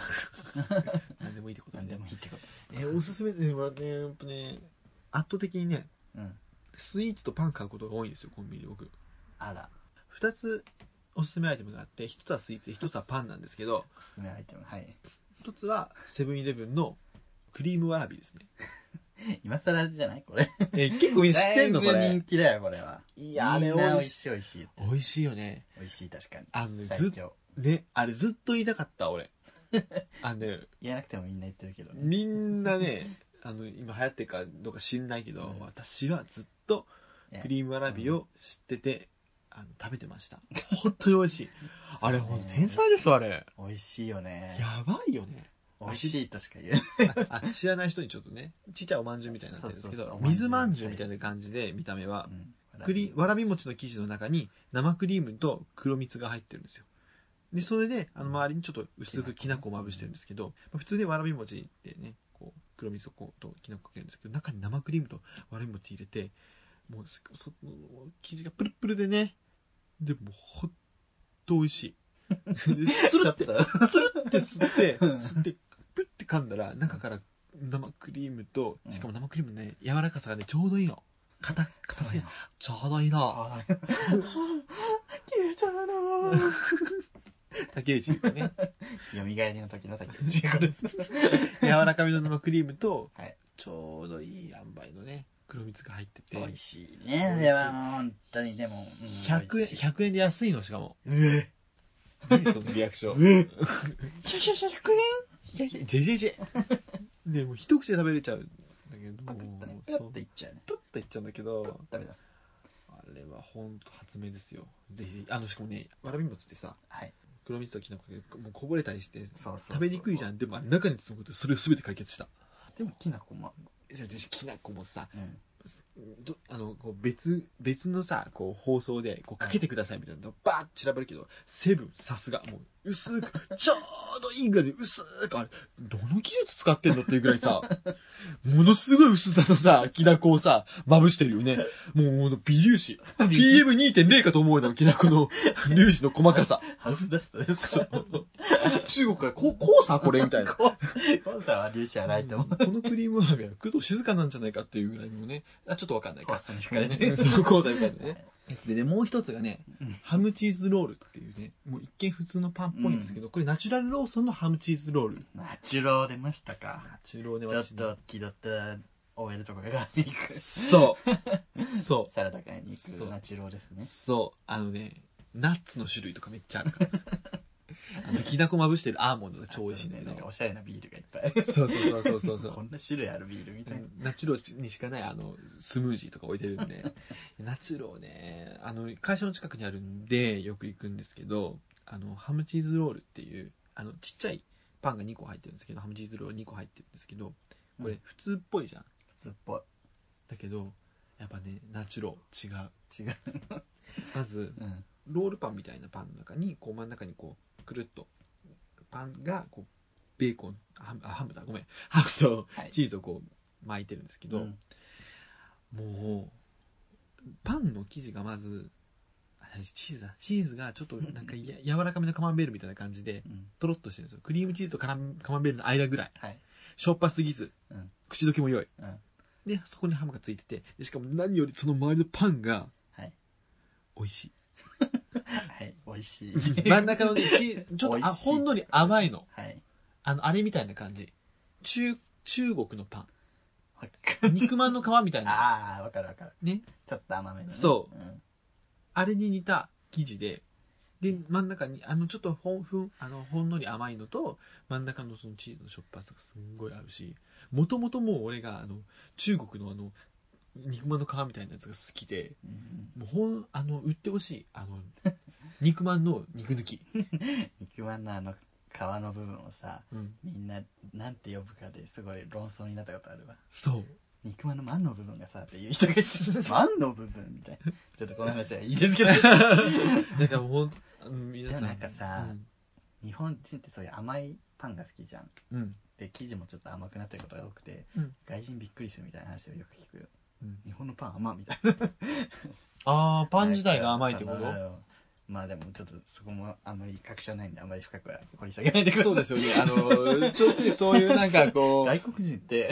何でもいいってことだ
何で
ね
もいいってことです
えおすすめでもねやっぱね圧倒的にね
うん
スイーツとパン買うことが多いんですよコンビニで僕
あら
2つおすすめアイテムがあって1つはスイーツで1つはパンなんですけど
おすすめアイテムはい
1つはセブンイレブンのクリームわらびですね
今更じゃないこれ。
え、結構みん な知ってんのこ
だいぶ
れ
人。気だよ、これは。
い
い
や、あれ美
美
味
味
しい。
しい、美味しい。
美味しいよね。
美味しい、確かに。
あのね、ず
最
っ
強。
ね、あれずっと言いたかっ た、俺。あのね、
言えなくてもみんな言ってるけど。
みんなね、あの、今流行ってるかどうか知んないけど、
うん
私はずっと
ね
クリームわらびを知ってて、あの食べてました。本当に美味しい。 あれ、ほんと天才です、あれ。
美味しいよね。
やばいよ ね。
美味しいとしか言えない。
あ知らない人にちょっとね、ちっちゃいおまんじゅうみたいになってるんですけど、
そうそうそう
水まんじゅうみたいな感じで見た目は、くりわらび餅の生地の中に生クリームと黒蜜が入ってるんですよでそれであの周りにちょっと薄くきな粉をまぶしてるんですけど、まあ普通でわらび餅ってねこう黒蜜をこうときな粉かけるんですけど中に生クリームとわらび餅入れてもうすその生地がプルプルでねでもうほっと美味 しいつ
ち
る
ょ
っ
ってと。
つるって吸って
うん
吸ってプって噛んだら中から生クリームとしかも生クリームのね柔らかさがねちょうどいいの硬硬 すぎないちょうどいいな。
あー消えちゃうのー
竹内優 子ね。
蘇りの時の竹内これ。
柔らかめの生クリームと、
はい
ちょうどいい塩梅のね、黒蜜が入ってて。
美
100
味しいね。あれはもう本当に、でも。うん
円、。100円で安いのしかも。
美味しい
何 そのリアクション。
えひゃひゃひゃ100
いやいや、ジェジェジェ。で、もう一口で食べれちゃうんだけど、
円パクッとね、
そ
プ
う
ラッといっちゃうね。
プッといっちゃうんだけど、
ダメだ。
あれはほんと発明ですよ。ぜひぜひ、あの、しかもね、わらび餅ってさ、
はい。
黒蜜ときな粉がもうこぼれたりして、
そうそうそう
食べにくいじゃん。でも、あれ中に包むことでそれを全て解決した。
でも、きなこも。
じゃあきな粉もさ、
うん。
どあのこう別別のさこう放送でこうかけてくださいみたいなのバーッて散らばるけどセブンさすがもう薄く ちょうどいいぐらいで薄くあれどの技術使ってんのっていうぐらいさ ものすごい薄さのさきな粉をさまぶしてるよねもうもう微粒子 PM2.0 かと思うようなきな粉の粒子の細かさ
ハウスダストで
そ
すか
う中国からこうこうさこれみたいな
コンサは粒子は ないと思う。
このクリームわらびは工藤静香なんじゃないかっていうぐらいのねあちょっとわかんない
コ
か
ンサに吹かれて
う
る
ん。 そう、交際みたいなね。でね、もう一つがね、
うん
ハムチーズロールっていうね、もう一見普通のパンっぽいんですけど、これナチュラルローソンのハムチーズロール。
ナチュロー出ましたか。
ナチュローね、
ちょっ
私ね
と気取った OL とかが行く
そう。そ
サラダ買いに行
そ
く
う
ナチュローです
う。
ね
そう。あのね、ナッツの種類とかめっちゃあるから。あの、きな粉まぶしてるアーモンドが超美味しいんだけ
なんか
ど。
おしゃれなビールがいっぱいある
そうそうそうそうそう。
こんな種類あるビールみたいな
ナチュロにしかないあのスムージーとか置いてる んでナチュロねあの会社の近くにあるんでよく行くんですけどあのハムチーズロールっていうあのちっちゃいパンが2個入ってるんですけどハムチーズロール2個入ってるんですけどこ
う
れ
ん
普通っぽいじゃん
普通っぽい
だけどやっぱねナチュロ違う
違う
まず
うん
ロールパンみたいなパンの中にこう真ん中にこうくるっとパンがこうベーコンハムあハムだごめんハムと
はい
チーズをこう巻いてるんですけど、
うん
もうパンの生地がまずあチーズだチーズがちょっとなんかや柔らかめのカマンベールみたいな感じで
うん
とろっとしてるんですよクリームチーズとカランカマンベールの間ぐらい
はい
しょっぱすぎず、
うん
口どけも良い
うん
でそこにハムがついててでしかも何よりその周りのパンが
はい
美 味し
はい美味 しい
い真ん中のねチーちょっ
美
とあ
味しい
ほんのり甘いの
はい
あのあれみたいな感じ中中国のパ
わか
ン
る
肉まんの皮みたいな
ああわかるわかる
ね
ちょっと甘めのね
そう
うん
あれに似た生地で、で、真ん中に、あの、ちょっとほんふん、あの、ほんのり甘いのと、真ん中のそのチーズのしょっぱさがすんごい合うし、もともともう俺が、あの、中国のあの、肉まんの皮みたいなやつが好きで、
うん
もうほん、あの、売ってほしい。あ の、肉まんの肉抜き。
肉まんのあの皮の部分をさ
うん。
みんななんて呼ぶかですごい論争になったことあるわ
そう。
肉まんのまんの部分がさっていう人がいて まんの部分みたいなちょっとこの話はいい ですけど
だからほん、うん皆さん。
でもなんかさ
うん
日本人ってそういう甘いパンが好きじゃん
うん。
で生地もちょっと甘くなってることが多くて、
うん
外人びっくりするみたいな話をよく聞くよ
うん
日本のパン甘っみたいな
あー、パン自体が甘いってこ
なんか
と
そのまあでもちょっとそこもあんまり確証ないんであんまり深くは掘り下げないでくださ
そ
い。
うですよね。あの、ちょっとそういうなんかこう、
外国人って、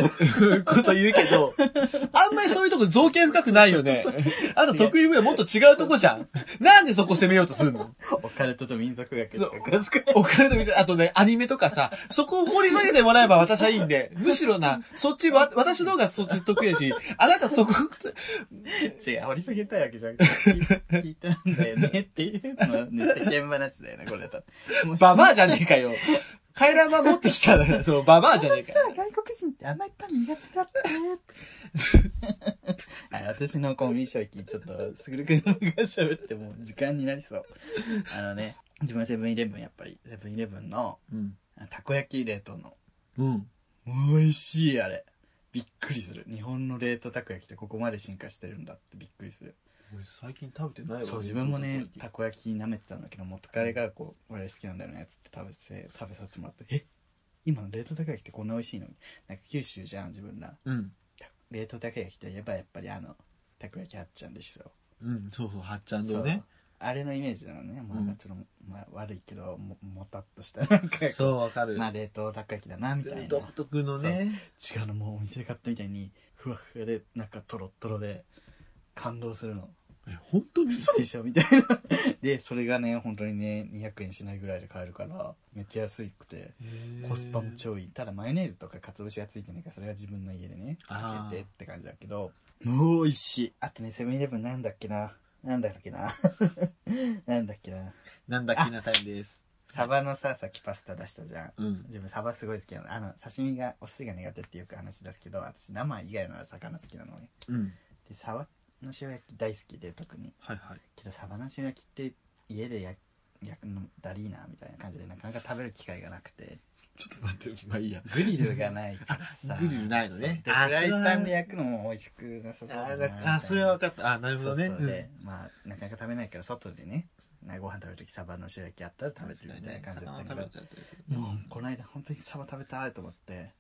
こと言うけど、あんまりそういうとこ造形深くないよね。あと得意分野もっと違うとこじゃん。なんでそこ攻めようとするの
オカルトと民族学とか詳しく。
お金とみたいな、あとね、アニメとかさ、そこを掘り下げてもらえば私はいいんで、むしろな、そっち、わ、私の方がそっち得意だし、あなたそこ、
違う、掘り下げたいわけじゃなくて、聞い聞いたんだよねっていうの、ね、世間話だよね、これだと。もう
ババアじゃねえかよ。カエラマ持ってきたの、ババアじゃねえか
さ、外国人ってあんまりパン苦手だったね。あ私のコンビニ消費、ちょっと、すぐるくんが喋ってもう時間になりそう。あのね、自分はセブンイレブン、やっぱり、セブンイレブンの、
うん。
たこ焼き冷凍の、
うん。
美味しい、あれ。びっくりする。日本の冷凍たこ焼きってここまで進化してるんだってびっくりする。
俺最近食べてないわ。
そう、自分もね、たこ焼き舐めてたんだけど、元彼がこう、我々好きなんだよね、つって食べて、食べさせてもらって、え今の冷凍たこ焼きってこんな美味しいのなんか九州じゃん、自分ら。
うん。
た冷凍たこ焼きといえばやっぱりあのたこ焼きあっちゃんでしょ
うん、そうそう、はっちゃん
そ
の
う
ね。
あれのイメージなのねもう
うん
なんかちょっと、まあ、悪いけどももたっとしたなんか
そう、わかる。
まあ冷凍たこ焼きだなみたいな違
独特のね。
うのもうお店で買ったみたいにふわふわでなんかとろっとろで感動するの
え、本当に
でしょみたいな でそれがね本当にね200円しないぐらいで買えるからめっちゃ安くてコスパも
ょ
超いいただマヨネーズとか鰹節がついてないからそれは自分の家でね
あ
か
ー
けてって感じだけどもう美味しいあとねセブンイレブンなんだっけななんだっけな なんだっけな
なんだっけなタイムです。
サバのささっきパスタ出したじゃん
うん。
自分サバすごい好きなのあの刺身がお寿司が苦手ってよく話ですけど私生以外の魚好きなのね
うん。
でサバの塩焼き大好きで特に
はいはい。
けどサバの塩焼きって家で焼焼くのだりーなみたいな感じでなかなか食べる機会がなくて
ちょっと待って、まあいいや。
グリルがないからさ
グリルないのね
で
あ
フライ
それは
パンで焼くのも美味しくなさそうだなみたいな
あ、それは分かった。あ、なるほ
そ
ど
う
ね。
そうで、まあなかなか食べないから外でねなご飯食べる時サバの塩焼きあったら食べてるみたいな感じだったけど、もうこの間本当にサバ食べたいと思って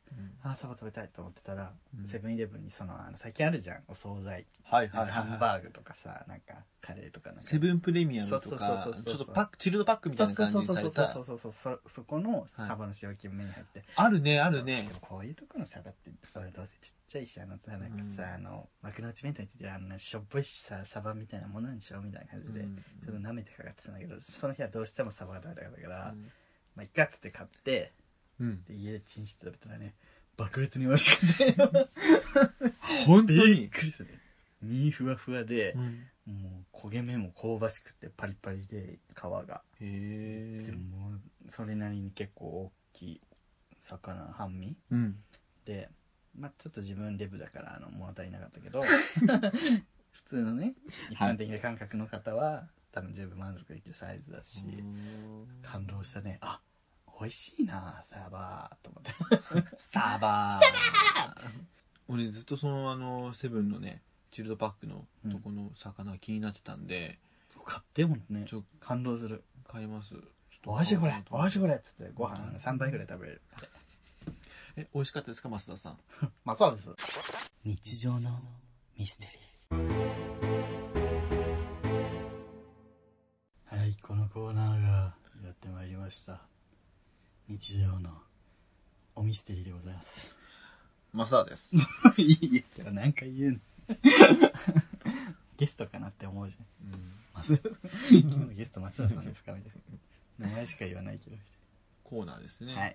あサバ食べたいと思ってたら、
うん
セブンイレブンにそのあの最近あるじゃんお惣菜
はい
な
は
ん
い
かハン
は
バーグとかさなんかカレーとかなん
い。
か
セブンプレミアムと
そうそうそ
か
う、そう
ち
そ
ょ
う
っとパック、チルドパックみたいな感じにされた
そう。そうそうそうそうそこのサバの塩気も目に入って、
あるね、あるね
で。もこういうとこのサバって俺どうせちっちゃいしあのさなんかさ、
うん
あの幕の内弁当についてるあのしょっぽいしさサバみたいなものにしようみたいな感じで、
うん
ちょっと舐めてかかってたんだけどその日はどうしてもサバが食べたかったから、
うん
まあいっかっつって買って
うん。
で家でチンして食べたらね爆裂に美味しくて
本当
びっ
に。
くりする身ふわふわで
う、ん
もう焦げ目も香ばしくてパリパリで皮が
へえ
で。もそれなりに結構大きい魚半身
うん。
でまあちょっと自分デブだからあの物足りなかった けど普通のね一般的な感覚の方は多分十分満足できるサイズだし感動したねあ美味しいなサバーと思って
サーバー。俺ずっとその、あの、セブンのね、チルドパックのとこの魚が気になってたんで、
買ってもね
ちょ、
感動する
買います。ちょっと
おいしいこれおいしいこれっつってご
う
飯
ん
3杯ぐらい食べれる
え、美味しかったですか、増田さん。
まあそうです日常のミステリーはいこのコーナーがやってまいりました日常のおミステリーでございます
増田です。
いいけど何回言うのゲストかなって思うじゃんマス今のゲスト松田さんですかみたいな名前しか言わないけど、
コーナーですね。
はい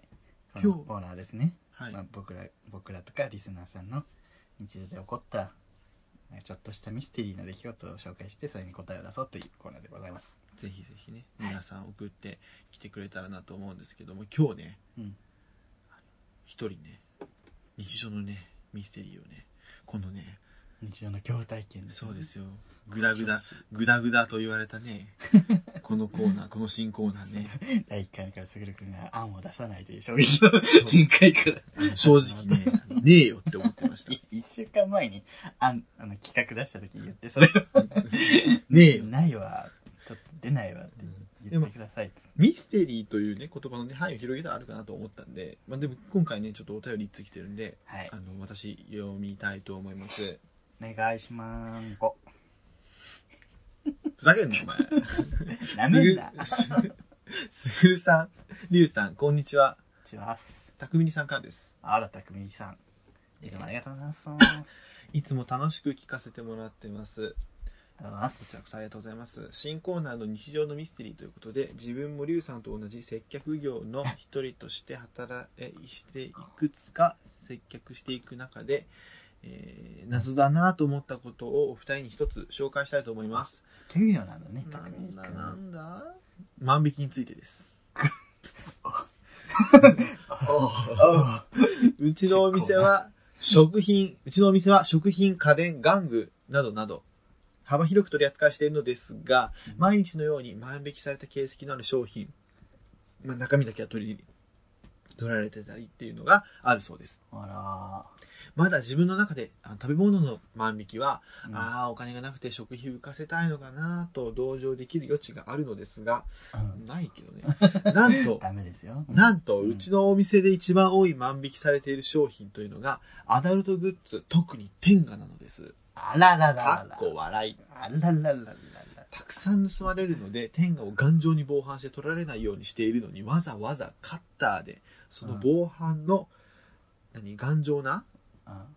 こ
今日
のコーナーですね
はい。
まあ、僕ら僕らとかリスナーさんの日常で起こったなんかちょっとしたミステリーな出来事を紹介してそれに答えを出そうというコーナーでございます
ぜひぜひね、
はい
皆さん送ってきてくれたらなと思うんですけども、今日ね、
うん
一人ね、日常のね、ミステリーをね、このね、
日常の共体験です、
そうですよ。
うん
グダグダ、グダグダと言われたね、このコーナー、この新コーナーね、
第1回目からすぐる君が案を出さないという衝撃の展開から
正直 ね、ねえよって思ってました。
1週間前に案あの企画出した時に言ってそれを
ねえよ。
ないわちょっと出ないわって
で
言っ
も
てくださいって
ミステリーというね、言葉のね、範囲を広げたらあるかなと思ったんで、まあでも今回ね、ちょっとお便りつきてるんで、
はい
あの、私読みたいと思います。
お願いしまーんこ
ふざけんな、お前。
ラムンだ。
すぐ、す すぐるさん、りゅうさん、こんにちは。
ちます。
たくみにさんからです。
あらたくみさん。いつもありがとうございます。ありがとう
いつも楽しく聞かせてもらってます。
ございま
こちら
す
こ。そありがとうございます。新コーナーの日常のミステリーということで、自分もリュウさんと同じ接客業の一人として働えしていくつか接客していく中で、えー謎だなと思ったことをお二人に一つ紹介したいと思います。
職業なんだね、た
な
くみ
ん
く
だ
ん。
なんだ万引きについてです。
あ
うちのお店は食品、うちのお店は食品、家電、玩具などなど、幅広く取り扱いしているのですが、毎日のように万引きされた形跡のある商品、まあ、中身だけは取り、取られてたりっていうのがあるそうです。
あ
まだ自分の中であ食べ物の万引きは、
ら。うん
ああ、お金がなくて食費浮かせたいのかなと同情できる余地があるのですが、
うん
ないけどね。 なんと、
ダメですよ。
なんんと、うちのお店で一番多い万引きされている商品というのが、アダルトグッズ、特に天下なのです。
あららら
からっこ
ら。
笑い。
あらららららら。
たくさん盗まれるので、天下を頑丈に防犯して取られないようにしているのに、わざわざカッターで、その防犯の、何、頑丈な
うん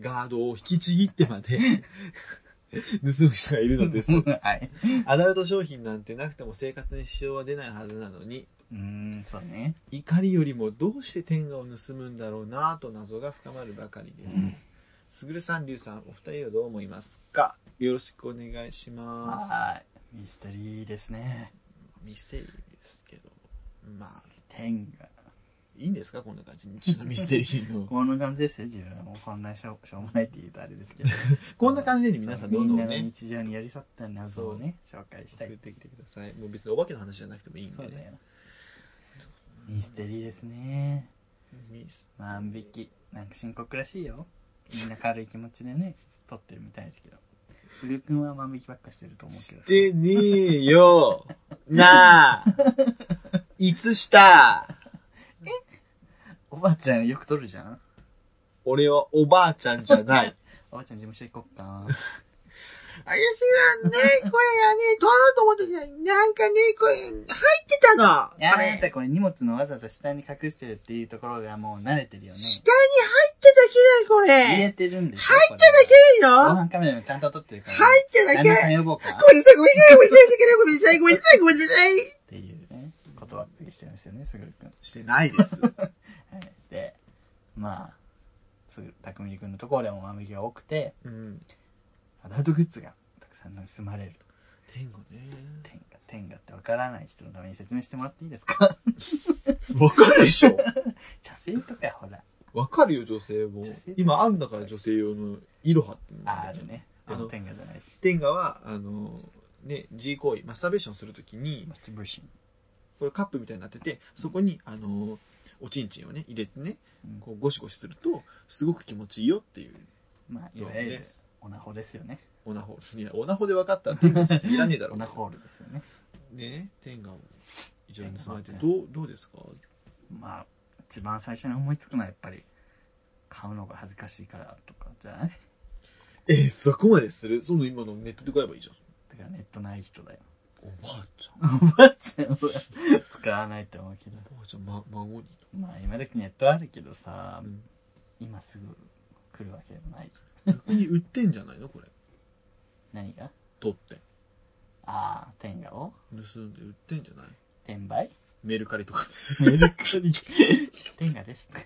ガードを引きちぎってまで、 盗む人がいるのです。
はい。
アダルト商品なんてなくても生活に支障は出ないはずなのに、
うーん、そうね。
怒りよりもどうして天下を盗むんだろうなぁと謎が深まるばかりです。すぐるさん、りゅうさん、お二人はどう思いますかよろしくお願いします。
はーい。ミステリーですね。
ミステリーですけど。まあ、
天が。
いいんですかこんな感じに。うちのミステリーの。
こんな感じですよ、自分は。もうこんなしょうしょうもないって言うとあれですけど。
こんな感じで皆さんどんどん
そうみなの
ね、
日常に寄り添った謎をね、紹介した
送
い。
ってきてください。もう別にお化けの話じゃなくてもいいん
そ
で
う
ね。
だよ。ミステリーですね。
ミス
万引き。なんか深刻らしいよ。みんな軽い気持ちでね、 撮ってるみたいですけど。すぐくんは万引きばっかしてると思うけど。
してねえよ なあいつした
おばあちゃんよく撮るじゃん
俺はおばあちゃんじゃない。
おばあちゃん事務所行こっか。
私はね、これがね、取ろうと思ったけど、なんかね、これ、入ってたの
い や
これ
あんたこれ荷物のわざわざ下に隠してるっていうところがもう慣れてるよね。
下に入ってたけだよ、こ
入れ
れ
てるんでしょ
入ってだけだ
防
よ
犯カメラにもちゃんと撮ってるから。
入ってだ
旦
け
那さん呼ぼうか。
ごめんなさい、ごめんなさい、ごめんなさい、ごめんなさい、ごめんなさい、ごめんなさい。
っていうね、ことばっかりしてるんですよね、すぐるくん。
してないです。
はい。で、まあ、すぐ、たくみくんのところでも万引きが多くて、
うん。
アダルトグッズがたくさん盗まれる。
天狗ね。
天下、天下ってわからない人のために説明してもらっていいですか
わかるでしょ
女性とかほら、
わかるよ、女性も
女性
今あるんだから、女性用のイロハっていうのが
ある。ね。で
あ
も
の
天下じゃないし。
天下は、あの、ね、G 行為、マスターベーションするときに
マ、スティブーシン。
これカップみたいになってて、そこに、あの、おちんちんをね、入れてね、
うん
こうゴシゴシするとすごく気持ちいいよっていう
まあ、いわゆる、オナホですよね。
オナホールいやオナホで分かったら天下いらねえだろ
オ
う
ナホールですよね。
ね天下を一応盗まれて
天下
どうどうですか
まあ、一番最初に思いつくのはやっぱり、買うのが恥ずかしいからとかじゃない
えー、そこまでするその今のネットで買えばいいじゃん
だからネットない人だよ。
おばあちゃん
おばあちゃんは使わないと思うけど。
おばあちゃん、ま、孫に、
まあ今時ネットあるけどさ、
うん
今すぐ来るわけでもないじ
逆に売ってんじゃないのこれ
ゃん。何が
取って
ああ、天下を
盗んで売ってんじゃない
転売
メルカリとか
メルカリ。天下です。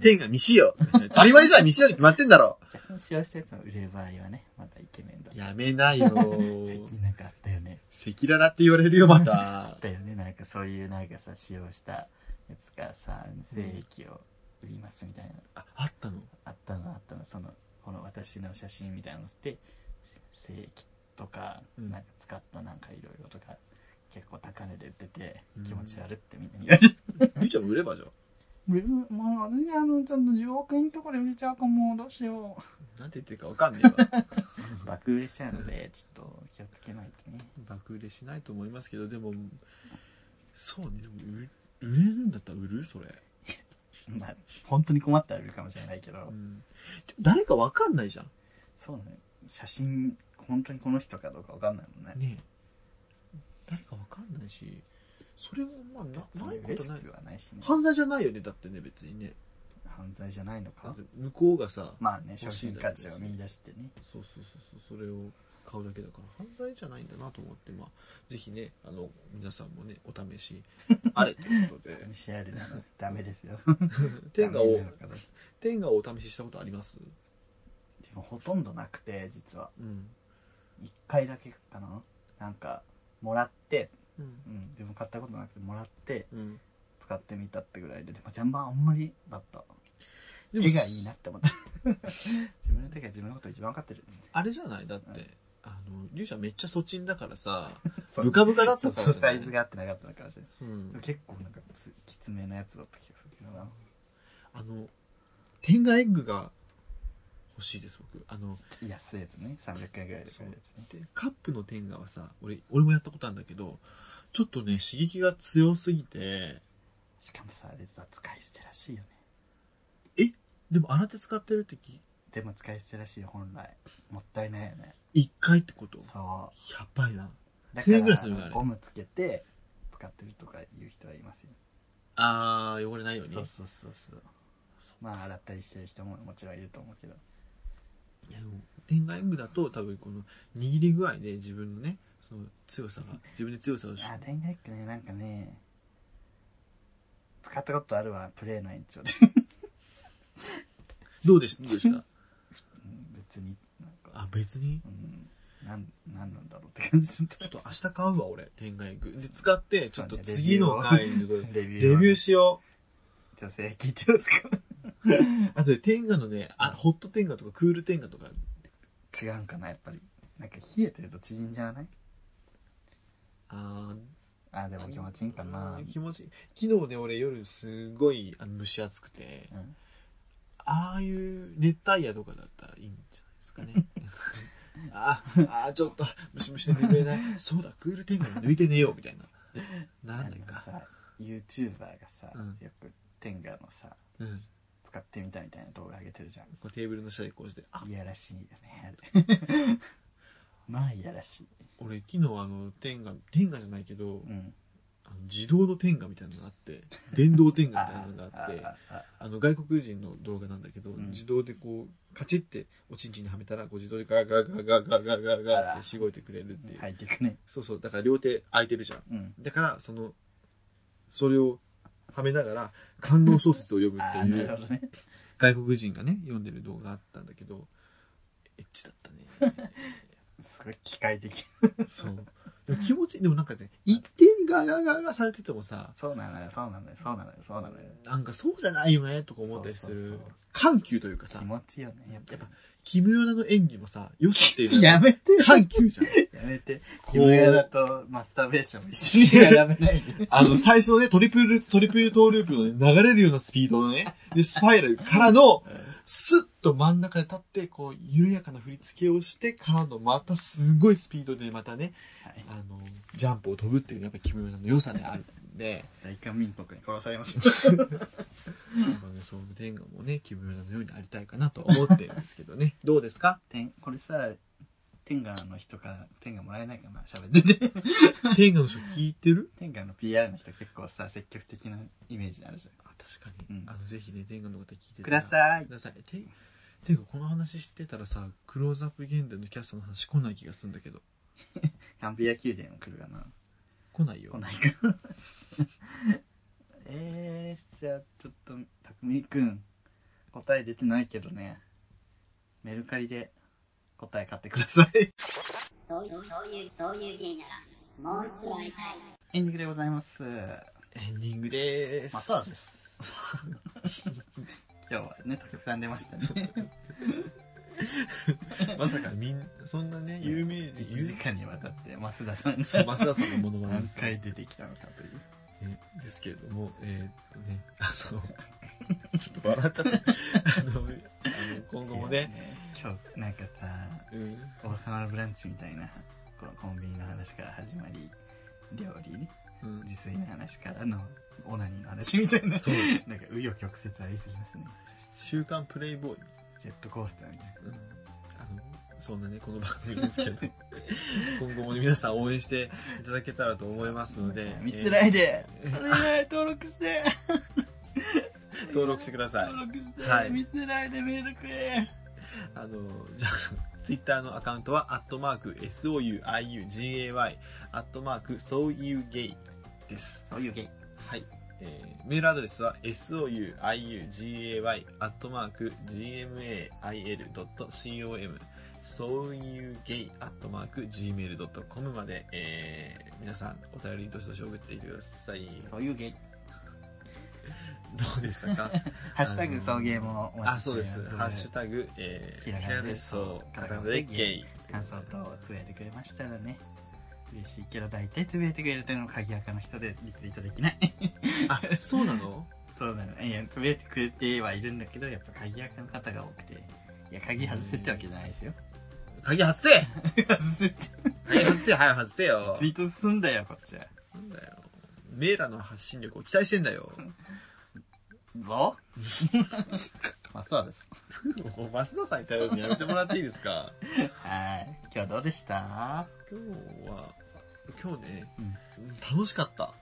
天下未使用 当たり前じゃん未使用に決まってんだろ
逆に使用施設を売れる場合はね、またイケメンだ。
やめないよ
最近なんかあったよね。
赤裸々って言われるよま
あ
た
ったよね。なんかそういうなんかさ、使用したやつがさ、精液を売りますみたいな。
ああったの
あったのあったの、その、この私の写真みたいなのして、精液とか、
うん
なんか使ったなんかいろいろとか、結構高値で売ってて
うん、
気持ち悪ってみんなに言われて。
ゆうちゃんも売ればじゃ
俺もう私あの、ちょっと10億円とかで売れちゃうかも、どうしよ
んなんて言ってるかわかんねえわ
う。爆売れしちゃうので、ちょっと気をつけないとね。
爆売れしないと思いますけどでもそうねでも売売れるんだったら売るそれ、
まあ、本当に困ったら売るかもしれないけど、
うん、誰かわかんないじゃん
そうね。写真本当にこの人かどうかわかんないもんね。
ね誰かわかんないしそれもまあ
別
なな
に
いこ
嬉
と
し
ない
くはないしね。
犯罪じゃないよねだってね別にね
犯罪じゃないの
だっ
か
て。向こうがさ、
まあね、商
欲しい
品
だ
価
ろうし
値を見出してね。
そうそうそうそうそれを買うだけだから犯罪じゃないんだなと思ってまあぜひねあの皆さんもねお 試しあれということで
試合でなのダメです よ。
天下
ダメ
を
なのかなで
天下をお試ししたことあります
もほとんどなくて、実は。
うん、
一回だけかななんか、もらって、
うん
うん、自分買ったことなくてもらって、
うん、
使ってみたってぐらいで、でもジャンバーあんまりだった。
でも
絵がいいなって思った。自分の時は自分のこと一番分かってるっつって。
あれじゃないだって、あのリュウちゃんめっちゃ粗チンだからさ
そう
ブカブカだった
そう
から
そ
ね
うサイズが合ってなかったのかもしれない。
うん、
結構なんかつきつめのやつだった気がするけどな。
あの天下エッグが欲しいです僕あの
安いやつね。300円ぐらいで買えるやつね。
でカップの天下はさ俺俺もやったことあるんだけどちょっとね刺激が強すぎて
しかもさ、あれさ、使い捨てらしいよね。
でも洗って使ってるってき
でも使い捨てらしいよ、本来。もったいないよね。
1回ってこと
そ
やばいな
う。だ
1000円ぐらいするよねあれ
ゴムつけて、使ってるとか言う人はいますよ。
あー汚れないように
そうそうそうそう。まあ、洗ったりしてる人ももちろんいると思うけど。
いやでも天外具だと多分この握り具合で自分のねその強さが自分の強さをし
あ、電外クね、なんかね、使ったことあるわ、プレイの延長で。
どうでしたどうでした
うん別に、なんか、
あ別に
うん、なん、なんなんだろうって感じし
ちょっと明日買うわ俺天外具で使ってちょっと
そうね
次の回にちょっと
レビュー。
レビュー
し、
しよ
女性聞いてますか
うあとで天下のねあホット天下とかクール天下とか
違うんかな、やっぱり。なんか冷えてると縮んじゃわない
あー
あ、でも気持ちいいんかな
う。ん気持ちいい昨日ね俺夜すごいあの蒸し暑くて
うん
ああいう熱帯夜とかだったらいいんじゃないですかねああちょっとムシムシで眠れないそうだクール天下に抜いて寝ようみたいなならないか
あ、のさ YouTuber がさ、
うん
よく天下のさ
うん、
使ってみたみたいな動画上げてるじゃん
こうテーブルの下でこうしてあ
いやらしいよねあれ まあいやらしい、
俺昨日あの天下天下じゃないけ
う
ど、
ん、
あの自動の天下みたいなのがあって電動天下みたいなのがあって
あああ
あの外国人の動画なんだけど、
うん
自動でこうカチッておちんちんにはめたらこう自動でガーガーガーガーガーガーガーガーってしごいてくれるっていう、
入っていくね
そうそうだから両手空いてるじゃん
うん
だからそのそれをはめながら感動小説を読む
あ
っ
あ
て
ないるほ
う
どね
外国人がね読んでる動画あったんだけどエッチだったね
すごい機械的
そうでも気持ちいいでもなんかね一定にガーガーガーガーされててもさ
そうなのよそうなのよそうなのよそうなのよ
なんかそうじゃないよねとか思ったりす
そうそう
る
そう
緩急というかさ
気持ちいいよねやっ
やっ
ぱ
ぱキムヨナの演技もさ良さっていうのは
やめて
緩急じゃん
やめて
こう
キムヤラとマスターベーションも一緒にやらめないで
あの、最初のね、トリプル、トリプルトーループのね、流れるようなスピードのね、で、スパイラルからの、スッと真ん中で立って、こう、緩やかな振り付けをしてからの、またすごいスピードで、またね、
はい
あの、ジャンプを飛ぶっていうのはやっぱキムヨナの良さであるんで、
大韓民国に殺され ます
やっぱね、そう、天下もね、キムヨナのようにありたいかなと思ってるんですけどね。 どうですか
天これさ天下の人から天下もらえないかな喋って て
天下の人聞いてる
天下の PR の人結構さ積極的なイメージあるじゃ
あ、確か
う
に
ん。
あの、ぜひね、天下の方聞いて
ん
た
く
ら
ださい
ください。て、ていうかこの話してたらさ、クローズアップ現代のキャストの話来ない気がするんだけど。
カンピア宮殿来るかな
来ないよ
来。ないか えー、じゃあちょっと匠くん答え出てないけどねメルカリで答え買ってくださ い
そういう、そういう、そういう芸なら、もう一度会いたい。
エンディングでございます
エンディングでーす。
またです。今日はねたくさん出ましたね
まさかみん、そんなね、有名人、
1時間にわたって増田さん
そう、
が
増田さんのものまね
何
です
回出てきたのかという
ねですけれども、えーっと ね、あの、ちょっと笑っちゃった。あの、あの今後もね、
いや。今日、なんかさ、
うん、
王様のブランチみたいな、このコンビニの話から始まり、料理、
うん
自炊の話からの、オナニーの話みたいな。
そう
なんか、紆余曲折ありすぎますね。
週刊プレイボーイ、
ジェットコースターみたいな。
うんあの、そんなね、この番組ですけど、 今後も皆さん応援していただけたらと思いますので、
見捨てない
で、
で、
えー
お願い登録して
登録してください。
登録して、
はい
見捨てないでメールくれ
あの、じゃあ、 ツイッターのアカウントは、アットマーク、souiugay、アットマーク、sougay です。
そういうゲイ
はい。えーメールアドレスは souiugay.gmail.com そういうゲイアットマーク gmail.com まで、えー皆さんお便りどしどし送っていてください。
そういうゲイ
どうでしたか
ハッシュタグ送迎も お待
あ、
ちし
そう
てい
で
ます
す。ハッシュタグ、えー、
ひらがなでそう
ひらがなでそう、カタカナでゲイ。
感想とつぶやいてくれましたらね嬉しいけど大体つぶやいてくれるというのも鍵垢の人でリツイートできない
あ、そうなの
そうなのいやつぶやいてくれてはいるんだけどやっぱ鍵垢の方が多くていや鍵外せってわけじゃないですよ
鍵外せ
外せって
鍵外せ早く外せよ
ツイートすんだよこっちは
なんだよ。メーラの発信力を期待してんだよ。
ぞまあそうです
もう 増田さんに頼るのやめてもらっていいですか
はい今日はどうでした
今日は今日ね、
うん
楽しか った、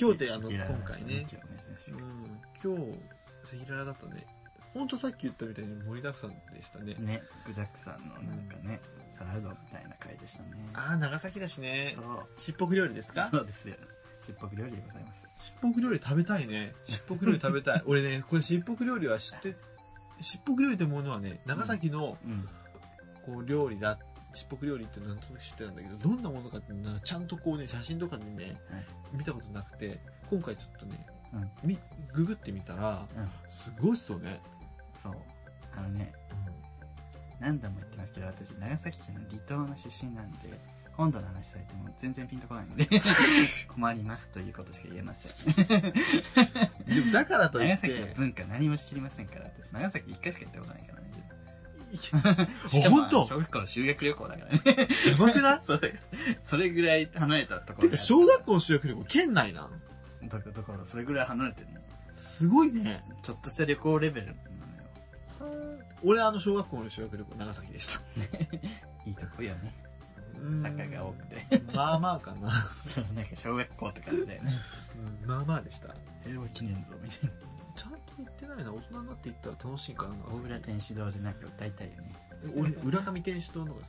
今日であの
赤裸々な
今回ね
今日ね
うん、今日赤裸々だったねほんとさっき言ったみたいに盛りだくさんでしたね、
ね具だくさんのなんかねサラダみたいな回でしたね
ああ長崎だしね
そう
しっぽく料理ですか
そうですよちっぽく料理でございます
しっぽく料理食べたいねしっぽく料理食べた い俺ねこれしっぽく料理は知ってしっぽく料理ってものはね長崎の
うん
こう料理だしっぽく料理ってなんとなく知ってたんだけどどんなものかってなちゃんとこうね写真とかでね、
はい
見たことなくて今回ちょっとね、
うん
みググってみたら
うん
すごいっすよね、
そうあのね何度も言ってますけど私長崎県の離島の出身なんで本土の話されても全然ピンとこないの で困りますということしか言えません
でもだからとい
長
って
崎の文化何も知りませんから私長崎一回しか行ったことないからね し
し
か
か
も
も
あの
や
小学校の修学旅行だからね
ばくない
それそれぐらい離れたところ
てか小学校の修学旅行県内なん
だからだからそれぐらい離れてるの
すごいね
ちょっとした旅行レベルなのよ
俺あの小学校の修学旅行長崎でした
いいとこよね坂が多くて
うんまあまあかな、
そうなんか小学校とかみたいな
うんまあまあでした
平和記念像みたいな
ちゃんと行ってないな大人になって行ったら楽しいかな
大浦天主堂でなんか歌いたいよね
俺浦上天主堂のが好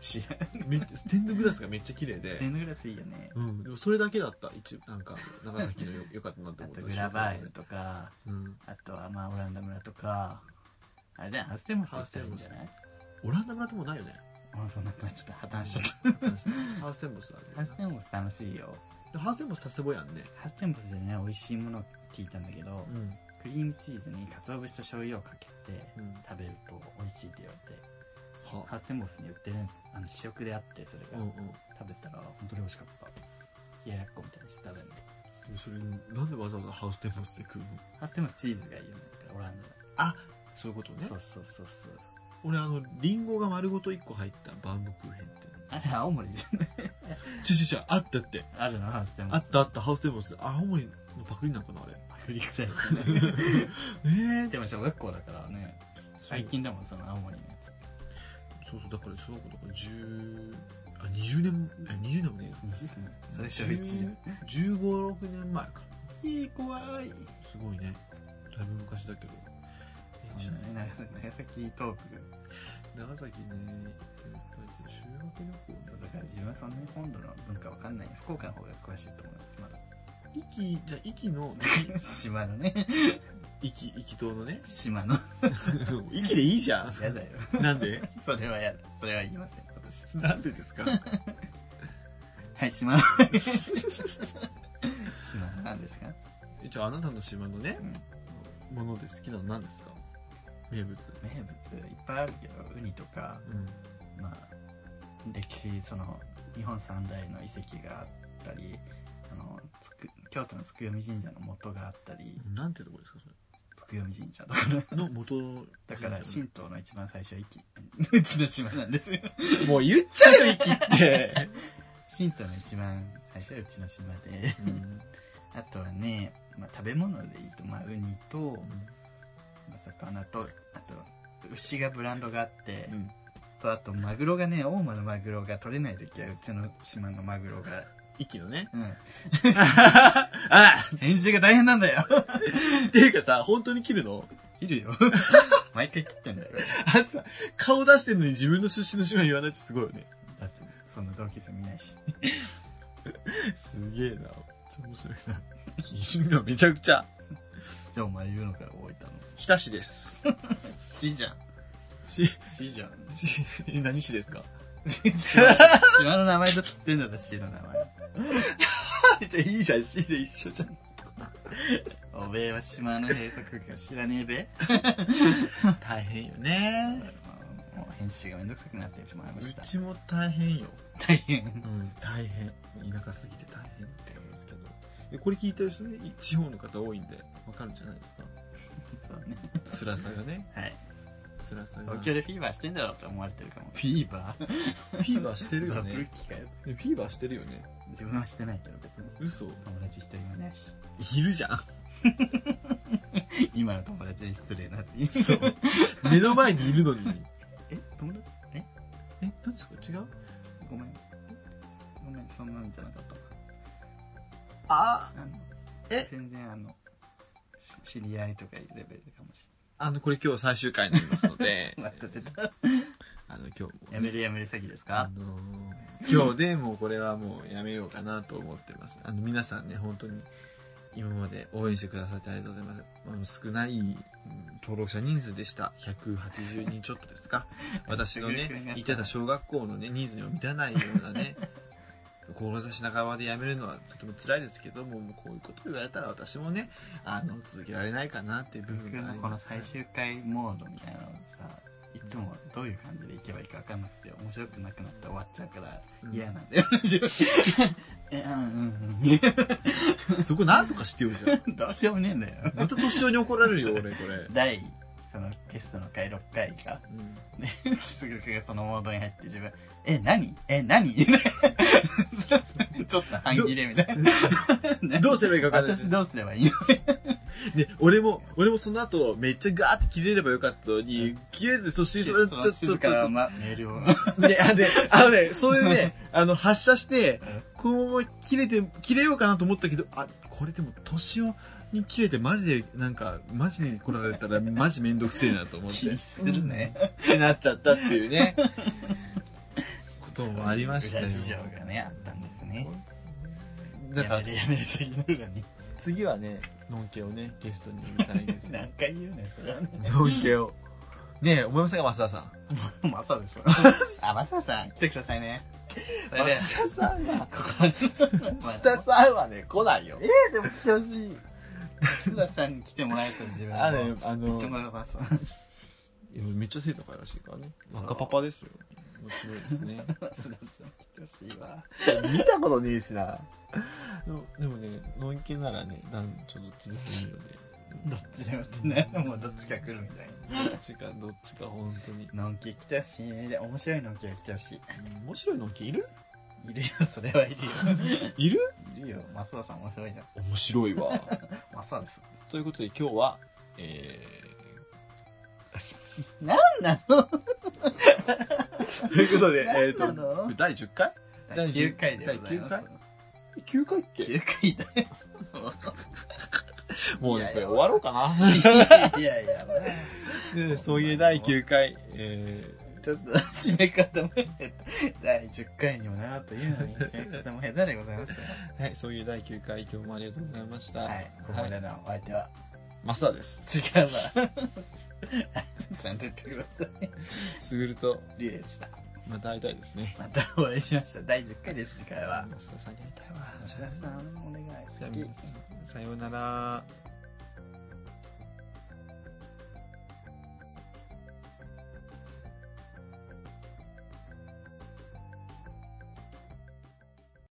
知らん
きめっちゃステンドグラスがめっちゃ綺麗
テ
で、
ングラスいいよね
うん、でもそれだけだった一なんか長崎のよよかったなって
あ
思った
とグラバー園とか
うん、
あとはまあオランダ村とかあれだよハステンボス行ったらいいんじゃない
オランダ村ともないよね
もうそんなくなっちゃった破綻しちゃっ
ハーステンボスだね
た ハステンボス楽しいよ
ハーステンボス佐世保やんね
ハステンボスでね美味しいもの聞いたんだけど
うん、
クリームチーズに鰹節と醤油をかけて
うん、
食べると美味しいって言われて
は
ハステンボスに売ってるんですあの試食であってそれ
う
が、
んうん
食べたら本当に美味しかった冷ややっこみたいにして食べるの
でもそれなんでわざわざハーステンボスで食うの
ハステンボスチーズがいいよねオランダだ
そういうことね
そうそうそうそう
俺あのリンゴが丸ごと1個入ったバウムクーヘンって
あれ青森じゃない
ちょちょちょあったって
あるのハステンボス
あったあったハーステンボス青森のパクリなのか なあれ
振り臭い
ええ
でも小学校だからね最近だもんその青森のや
そうそうだから小学校だから10あ20年え20年もね
つ20年それ小1じゃん
1 5 6年前か
えー、怖い
すごいねだいぶ昔だけど
そうだね長崎長崎トーク
長崎ね修学旅行
そうだから自分はそんなに本土の文化わかんない福岡の方が詳しいと思いますまだ
壱岐じゃあ壱岐 の
島の ね
壱岐壱岐島のね
島の
壱岐でいいじゃ
やだよ
んなんで
それはやだそれは言いません私
なんでですか
はい島の島のなんですか
一応あなたの島のね
うん
もので好きなの何ですか名物
名物いっぱいあるけどウニとか
うん
まあ歴史その日本三大の遺跡があったりあのつく京都のつくよみ神社の元があったり
なんてとこですか
つくよみ神社だ から
それの元の
だから神道の一番最初は息 うちの島なんです よ
もう言っちゃうよ、息って。
神道の一番最初はうちの島であとはね、まあ、食べ物でいいと、まあ、ウニと、まあ、魚とあと牛がブランドがあって、
うん
とあとマグロがね大間のマグロが取れない時はうちの島のマグロが
一気の ね。
う
あ
ん編集が大変なんだよ
っていうかさ、本当に切るの
切るよ毎回切ってんだよ
あさ、顔出してんのに自分の出身の島言わないってすごいよね。
だってそんな同級生見ないし
すげえな。めっちゃ面白いな。基準がめちゃくちゃ。
じゃあお前言うのか大分の
日田市 です。
死じゃん
し、
死じゃん
し、何市ですか
島の名前だっつってんだろ死の名前
じゃあいいじゃん、市で一緒じゃん。
おべえは島の閉塞か知らねえべ
大変よね。
もう編集がめんどくさくなってしまいま
う
した
ちも大変よ。
大変
うん、大変。田舎すぎて大変って思うんですけど。えこれ聞いてる人ね、地方の方多いんで、わかるんじゃないですか。
そうね
辛さがね、
はい
辛さが。
東京でフィーバーしてんだろうって思われてるかもフィーバー
フィーバーしてるよ
ダブル
ね。
機かよ
フィーバーしてるよね。
自分はしてないけど別に
嘘
友達一人もいないし
いるじゃん。
今の友達に失礼なって
そう。 目の前にいるのに。
え友達
え、何ですか違う
ごめんごめんそんなんじゃなかった
あ
あの
え
全然あのし知り合いとかいうレベルかもし
あの、これ今日最終回になりますの で
れ、ない待ってた
あの、今 日
やめるやめる詐欺です
あ
か
のー今日でもうこれはもうやめようかなと思ってます。あの、皆さんね、本当に今まで応援してくださってありがとうございます。あの少ないうん登録者人数でした。180人ちょっとで すか。私のね、いてた小学校のね、ニーズにも満たないようなね、 志半ばで辞めるのはとても辛いですけども、もうこういうこと言われたら私もね、あの、続けられないかなっていう部
僕
分があ
の
り
この
ます。
最終回モードみたいなのさいつもどういう感じでいけばいいか分かんなくて面白くなくなって終わっちゃうから
うん
嫌なんだよ、 えうんうん
そこなんとかしてよじゃん。
うんどうしようもねえんだよ
また年寄りに怒られ るよ、俺、これ。
第そのテストの回6回か
うん
ね実力がそのモードに入って自分え何え何 ちょっと半切れみたいな
どうすればいいか分かんない
私どうすればいいの
で、俺も、俺もその後、めっちゃガーって切れればよかったのに、切れず、そして、
その静かな、ま、メールを
で、あ、で、あのね、それで ね、あの、発射して
うん、
このまま切れて、切れようかなと思ったけど、あ、これでも、年を、に切れて、マジで、なんか、マジに来られたら、マジめんどくせえなと思って。
気にするね、
うん。ってなっちゃったっていう ね、こともありましたよ
裏。事情がねあったんですね
だか
やめ、
ら
るやめる先の裏に
次はね、のんけをね、ゲストに呼びたいです
何
ね。
回言うねんそれはね
のんけを。ねえ、思いませんか、増田さん。
マサですあマサさん来てくださいねそれで
増田さんは、
ここ
スタさんはね、来ないよ。
えでも来てほしい津田さんに来てもらえた自分
あれ、あ
めっ
の
ちゃ、もらえます
めっちゃ背高いらしいからね。
そう
若パパですよ。面白いですね。
津田さん来てほしいわ
見たことねえしな。でもでもね、ノンケならね、なんちょっとどっちでもいいので。
どっちでもってねもうどっちか来るみたい
どっちか、どっちか、本当に。
なのんき来てほしいねで面白いのんきが来てほしい
面白いノンケいる
いるよそれ はいるよ
いる
いるよマサさん面白いじゃん
面白いわ。
マサです
ということで今日は、え
なんなの
ー、ということで、えっ、
何なの
と、第10回
第9回でございます
第 ?9 回っ
9回だよもう
もうね、これ終わろうかな。
いやいや、まあ
でそういう第9回、え
ちょっと締め方も下手第10回にもならというのに締め方も下手でございますよ
ーはい、そういう第9回、今日もありがとうございました。
はいここまでのお相手は
マスターです。
違うわちゃんと言ってください
すぐると、
リュウでした
また会いたいですね。
またお会いしましょう第10回です次回は
マスターさんに会いたいわ。
吉田さんお願い
じゃあ皆さんさようなら。